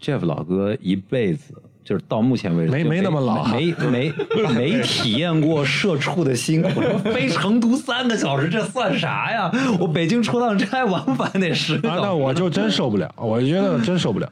Speaker 1: ，Jeff 老哥一辈子。就是到目前为止
Speaker 9: 没
Speaker 1: 就
Speaker 9: 没那么老啊
Speaker 1: 没没没没体验过社畜的辛 苦。飞成都三个小时，这算啥呀？我北京出趟差往返得十个
Speaker 9: 啊，
Speaker 1: 小
Speaker 9: 那
Speaker 1: 时。
Speaker 9: 我就真受不了，我觉得真受不了。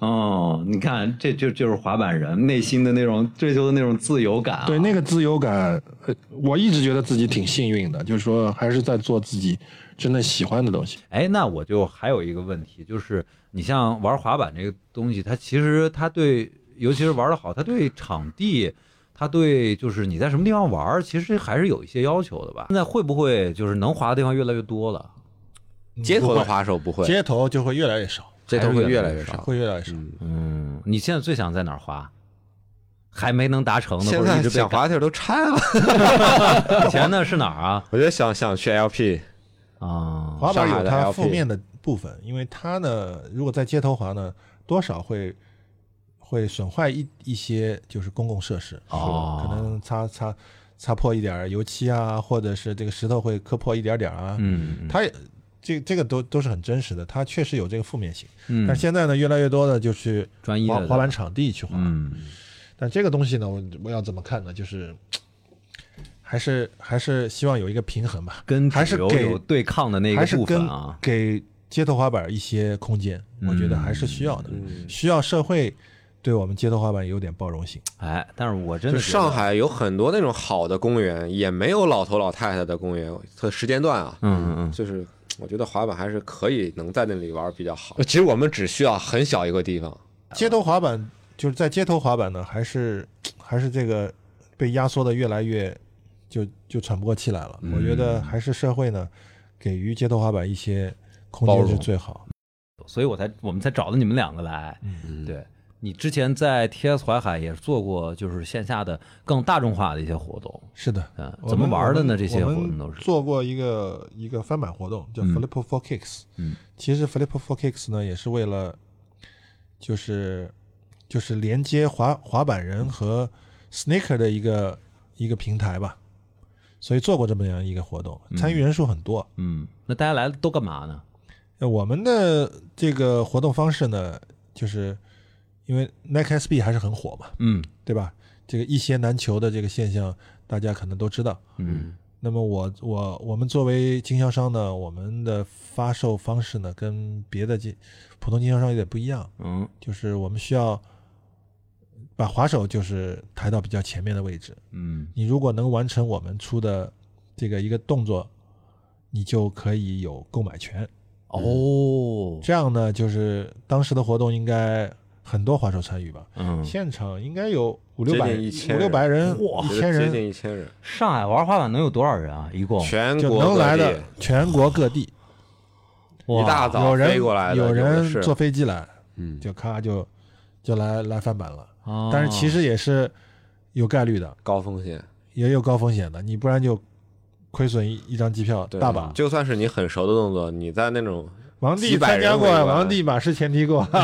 Speaker 1: 哦，你看，这就就是滑板人内心的那种追求的那种自由感、啊。
Speaker 9: 对那个自由感，呃，我一直觉得自己挺幸运的，就是说还是在做自己真的喜欢的东西。
Speaker 1: 哎，那我就还有一个问题，就是你像玩滑板这个东西，它其实它对，尤其是玩的好，它对场地，它对就是你在什么地方玩，其实还是有一些要求的吧？现在会不会就是能滑的地方越来越多了？
Speaker 3: 街头的滑手不会，
Speaker 5: 街头就会越来越少，
Speaker 3: 街头会
Speaker 1: 越
Speaker 3: 越
Speaker 1: 来
Speaker 3: 来
Speaker 1: 越
Speaker 3: 越
Speaker 1: 少
Speaker 3: 少。
Speaker 5: 会越来越少。
Speaker 1: 嗯，你现在最想在哪儿滑？还没能达成的，
Speaker 3: 现
Speaker 1: 或者一
Speaker 3: 在
Speaker 1: 直被
Speaker 3: 想滑的地儿都拆了，
Speaker 1: 以前呢是哪儿啊？
Speaker 3: 我就想想去 LP，
Speaker 1: 啊、
Speaker 5: 滑板
Speaker 3: 上海
Speaker 5: 有
Speaker 3: 的
Speaker 5: 它
Speaker 3: LP
Speaker 5: 负面的部分，因为它呢，如果在街头滑呢，多少会会损坏一一些就是公共设施，
Speaker 1: 哦
Speaker 5: 可能擦擦擦破一点儿油漆啊，或者是这个石头会磕破一点点儿啊，
Speaker 1: 嗯，
Speaker 5: 它也这这个都都是很真实的，它确实有这个负面性。
Speaker 1: 嗯
Speaker 5: 但现在呢，越来越多的就去
Speaker 1: 专业
Speaker 5: 滑
Speaker 1: 的
Speaker 5: 滑板场地去滑，
Speaker 1: 嗯，
Speaker 5: 但这个东西呢，我我要怎么看呢？就是。还是还是希望有一个平衡吧，
Speaker 1: 跟
Speaker 5: 还是
Speaker 1: 主流
Speaker 5: 给
Speaker 1: 有对抗的那个
Speaker 5: 还是
Speaker 1: 部
Speaker 5: 跟
Speaker 1: 分啊，嗯
Speaker 5: 给街头滑板一些空间，我觉得还是需要的，需要社会对我们街头滑板有点包容性。
Speaker 1: 哎，但是我真
Speaker 3: 就
Speaker 1: 的觉得
Speaker 3: 上海有很多那种好的公园，也没有老头老太太的公园和时间段啊。
Speaker 1: 嗯嗯嗯
Speaker 3: 就是我觉得滑板还是可以能在那里玩比较好。其实我们只需要很小一个地方，
Speaker 1: 嗯
Speaker 5: 街头滑板就是在街头滑板呢，还是还是这个被压缩的越来越就就喘不过气来了。
Speaker 1: 嗯
Speaker 5: 我觉得还是社会呢给予街头滑板一些空
Speaker 3: 包
Speaker 5: 间
Speaker 3: 容
Speaker 5: 是最好。
Speaker 9: 嗯
Speaker 1: 所以我才我们才找了你们两个来。对，你之前在 TS 淮海也做过，就是线下的更大众化的一些活动，
Speaker 9: 是的，
Speaker 1: 嗯，
Speaker 9: 我
Speaker 1: 怎么
Speaker 9: 们
Speaker 1: 玩的
Speaker 9: 我
Speaker 1: 呢？
Speaker 9: 们
Speaker 1: 这些
Speaker 9: 我
Speaker 1: 活
Speaker 9: 们
Speaker 1: 动都是，
Speaker 9: 做过一个一个翻版活动，叫
Speaker 1: 嗯
Speaker 9: Flip for Kicks。
Speaker 1: 嗯，
Speaker 9: 其实 Flip for Kicks 呢，也是为了就是就是连接滑滑板人
Speaker 1: 嗯
Speaker 9: 和 Sneaker 的一个一个平台吧，所以做过这么样一个活动，参与人数很多。
Speaker 1: 嗯，那大家来都干嘛呢？
Speaker 9: 呃，我们的这个活动方式呢，就是因为 Nike SB 还是很火嘛，
Speaker 1: 嗯
Speaker 9: 对吧？这个一鞋难求的这个现象，大家可能都知道。
Speaker 1: 嗯
Speaker 9: 那么我我我们作为经销商呢，我们的发售方式呢，跟别的经普通经销商有点不一样，
Speaker 1: 嗯
Speaker 9: 就是我们需要把滑手就是抬到比较前面的位置。
Speaker 1: 嗯
Speaker 9: 你如果能完成我们出的这个一个动作，你就可以有购买权。
Speaker 1: 哦，
Speaker 9: 这样呢，就是当时的活动应该很多滑手参与吧，
Speaker 1: 嗯，
Speaker 9: 现场应该有五
Speaker 3: 接
Speaker 9: 六百
Speaker 3: 近1000
Speaker 9: 五六百人，
Speaker 3: 我
Speaker 9: 一
Speaker 3: 觉得
Speaker 9: 千
Speaker 3: 接
Speaker 9: 人
Speaker 3: 近一千人，
Speaker 1: 上海玩滑板能有多少人啊？一共
Speaker 3: 全
Speaker 9: 就
Speaker 3: 国
Speaker 9: 能
Speaker 3: 各
Speaker 9: 来
Speaker 3: 地
Speaker 9: 的全国各地。
Speaker 1: 哇
Speaker 3: 一大
Speaker 9: 有
Speaker 3: 早
Speaker 9: 人
Speaker 3: 飞过来的，
Speaker 9: 有
Speaker 3: 的
Speaker 9: 人
Speaker 3: 是
Speaker 9: 坐飞机来，
Speaker 3: 嗯，
Speaker 9: 就咔就就来来翻版了。
Speaker 1: 哦
Speaker 9: 但是 其实也是有概率的，
Speaker 3: 高风险，
Speaker 9: 也有高风险的，你不然就亏损一一张机票
Speaker 3: 对啊
Speaker 9: 大把。
Speaker 3: 就算是你很熟的动作，你在那种
Speaker 9: 王帝
Speaker 3: 几百
Speaker 9: 参加
Speaker 3: 人
Speaker 9: 过，
Speaker 3: 围观
Speaker 9: 王帝马是前 提过，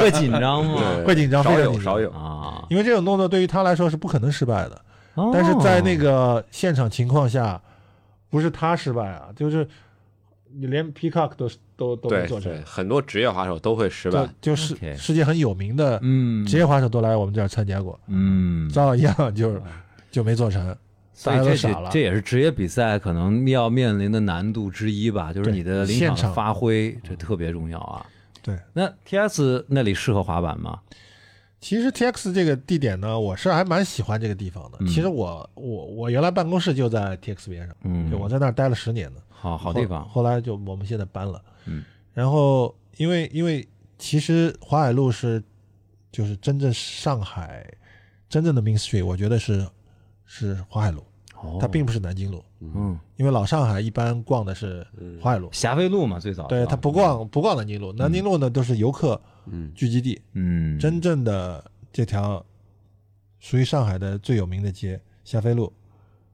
Speaker 1: 会紧张吗？
Speaker 3: 对
Speaker 9: 嗯会紧张，非
Speaker 3: 少
Speaker 9: 常
Speaker 3: 有
Speaker 9: 紧
Speaker 3: 少
Speaker 9: 张。
Speaker 3: 有，
Speaker 1: 啊，
Speaker 9: 因为这种动作对于他来说是不可能失败的，
Speaker 1: 哦
Speaker 9: 但是在那个现场情况下，不是他失败啊，就是你连 Peacock 都都都没
Speaker 3: 对
Speaker 9: 做成
Speaker 3: 对，，很多职业滑手都会失败，
Speaker 9: 就就是
Speaker 1: OK
Speaker 9: 世界很有名的
Speaker 1: 嗯
Speaker 9: 职业滑手都来我们这儿参加过，
Speaker 1: 嗯，
Speaker 9: 照样就是就没做成，
Speaker 1: 所
Speaker 9: 大
Speaker 1: 以这
Speaker 9: 家都
Speaker 1: 这
Speaker 9: 傻了
Speaker 1: 这。也是职业比赛可能要面临的难度之一吧，就是
Speaker 9: 对
Speaker 1: 你的临
Speaker 9: 现
Speaker 1: 场的
Speaker 9: 场
Speaker 1: 发挥，这特别重要啊。
Speaker 9: 对，
Speaker 1: 那 T S 那里适合滑板吗？
Speaker 9: 其实 TX 这个地点呢，我是还蛮喜欢这个地方的。
Speaker 1: 嗯
Speaker 9: 其实我我我原来办公室就在 TX 边上，
Speaker 1: 嗯
Speaker 9: 就我在那儿待了十年呢。
Speaker 1: 好好地方，
Speaker 9: 后后来就我们现在搬了。
Speaker 1: 嗯，
Speaker 9: 然后因为因为其实淮海路是就是真正上海真正的 Main Street，我觉得是是淮海路，
Speaker 1: 哦
Speaker 9: 它并不是南京路，
Speaker 1: 嗯，
Speaker 9: 因为老上海一般逛的是淮海路。
Speaker 1: 霞飞路嘛，最早
Speaker 9: 对
Speaker 1: 是吧
Speaker 9: 他不，逛不逛南京路，南京路呢都是游客聚集地，
Speaker 1: 嗯，
Speaker 9: 真正的这条属于上海的最有名的街霞飞路、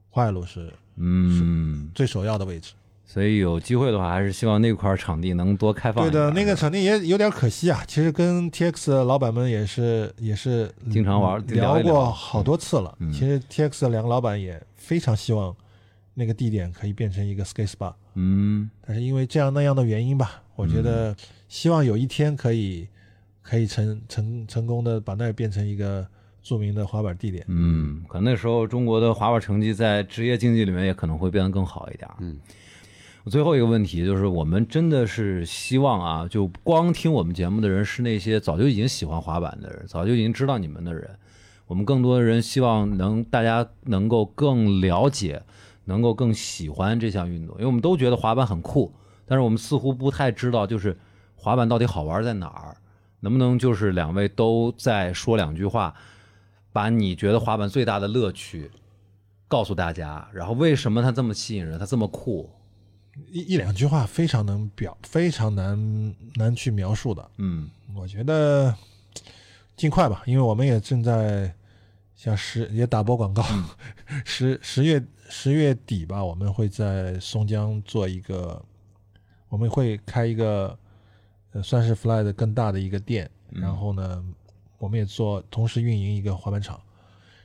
Speaker 9: 淮海路是
Speaker 1: 嗯，
Speaker 9: 最首要的位置。
Speaker 1: 所以有机会的话，还是希望那块场地能多开放
Speaker 9: 对
Speaker 1: 一点。
Speaker 9: 的，那个场地也有点可惜啊。其实跟 TX 的老板们也是也是
Speaker 1: 经常玩聊
Speaker 9: 聊
Speaker 1: 一聊
Speaker 9: 过好多次了。
Speaker 1: 嗯
Speaker 9: 其实 TX 的两个老板也非常希望那个地点可以变成一个 skate spa，
Speaker 1: 嗯，
Speaker 9: 但是因为这样那样的原因吧，我觉得希望有一天可以可以成成成功的把那儿变成一个著名的滑板地点。
Speaker 1: 嗯，可能那时候中国的滑板成绩在职业竞技里面也可能会变得更好一点。嗯，最后一个问题就是，我们真的是希望啊，就光听我们节目的人是那些早就已经喜欢滑板的人，早就已经知道你们的人。我们更多的人希望能大家能够更了解，能够更喜欢这项运动，因为我们都觉得滑板很酷，但是我们似乎不太知道就是滑板到底好玩在哪儿。能不能就是两位都再说两句话，把你觉得滑板最大的乐趣告诉大家，然后为什么它这么吸引人，它这么酷？
Speaker 9: 一一两句话非常能表，非常难难去描述的。
Speaker 1: 嗯
Speaker 9: 我觉得尽快吧，因为我们也正在像十也打波广告， 十十月十月底吧，我们会在松江做一个，我们会开一个呃算是 Fly 的更大的一个店，
Speaker 1: 嗯
Speaker 9: 然后呢，我们也做同时运营一个滑板场，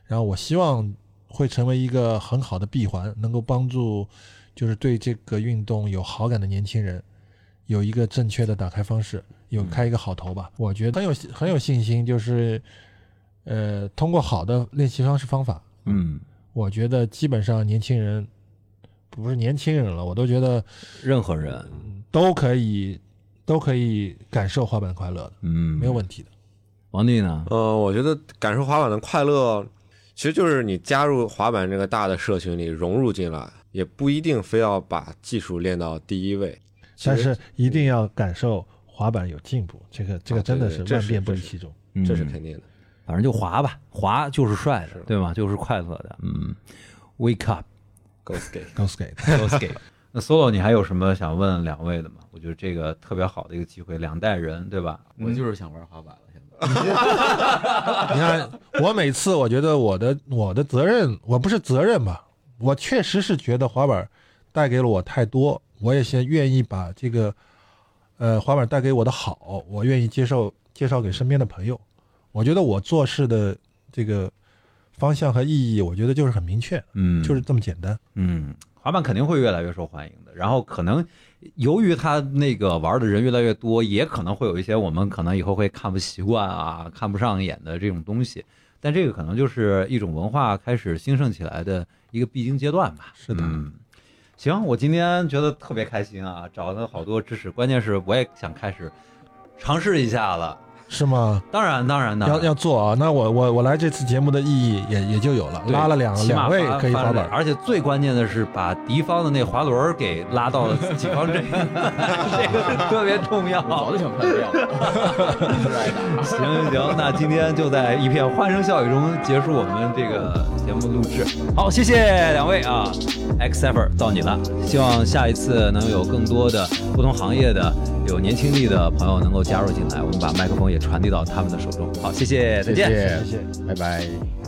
Speaker 9: 然后我希望会成为一个很好的闭环，能够帮助就是对这个运动有好感的年轻人。有一个正确的打开方式，有开一个好头吧。我觉得很有很有信心，就是呃，通过好的练习方式方法，
Speaker 1: 嗯，
Speaker 9: 我觉得基本上年轻人不是年轻人了，我都觉得
Speaker 1: 任何人，
Speaker 9: 都可以都可以感受滑板快乐的，
Speaker 1: 嗯，
Speaker 9: 没有问题的。
Speaker 1: 王帝呢？
Speaker 3: 嗯，我觉得感受滑板的快乐，其实就是你加入滑板这个大的社群里融入进来，也不一定非要把技术练到第一位。其
Speaker 9: 但
Speaker 3: 实嗯
Speaker 9: 是一定要感受滑板有进步，这个这个
Speaker 3: 啊
Speaker 9: 真的
Speaker 3: 对对这
Speaker 9: 万
Speaker 3: 是
Speaker 9: 变不离
Speaker 3: 这是
Speaker 9: 其宗。
Speaker 3: 这是
Speaker 1: 嗯
Speaker 3: 肯定的。
Speaker 1: 反正就滑吧，滑就是帅的，对吧？就是快乐的。嗯，Wake up,
Speaker 3: Go skate，
Speaker 9: Go skate，
Speaker 1: go skate。那 solo 你还有什么想问两位的吗？我觉得这个特别好的一个机会，两代人对吧？
Speaker 7: 我就是想玩滑板了，现在。
Speaker 9: 你看，我每次我觉得我的我的责任，我不是责任吧，我确实是觉得滑板带给了我太多，我也先愿意把这个呃滑板带给我的好，我愿意接受介绍给身边的朋友。我觉得我做事的这个方向和意义，我觉得就是很明确，
Speaker 1: 嗯，
Speaker 9: 就是这么简单。
Speaker 1: 嗯，滑板肯定会越来越受欢迎的。然后可能由于它那个玩的人越来越多，也可能会有一些我们可能以后会看不习惯啊、看不上眼的这种东西。但这个可能就是一种文化开始兴盛起来的一个必经阶段吧。
Speaker 9: 是的
Speaker 1: 嗯行，我今天觉得特别开心啊，找了好多知识，关键是我也想开始尝试一下了。
Speaker 9: 是吗？
Speaker 1: 当然，当然，当然
Speaker 9: 要要做啊！那我我我来这次节目的意义也也就有了，
Speaker 1: 对
Speaker 9: 拉了啊两
Speaker 1: 起码
Speaker 9: 两位
Speaker 1: 发
Speaker 9: 可以
Speaker 1: 发
Speaker 9: 滑
Speaker 1: 了
Speaker 9: 板，
Speaker 1: 而且最关键的是把敌方的那滑轮儿给拉到了己方 阵营，这个是特别重要。
Speaker 7: 早就想拍掉了，
Speaker 1: 行行行，那今天就在一片欢声笑语中结束我们这个节目录制。好，谢谢两位啊，X Ever 到你了，希望下一次能有更多的不同行业的有年轻力的朋友能够加入进来，我们把麦克风也传递到他们的手中。好，谢谢，再见。
Speaker 9: 谢谢。
Speaker 14: 拜拜。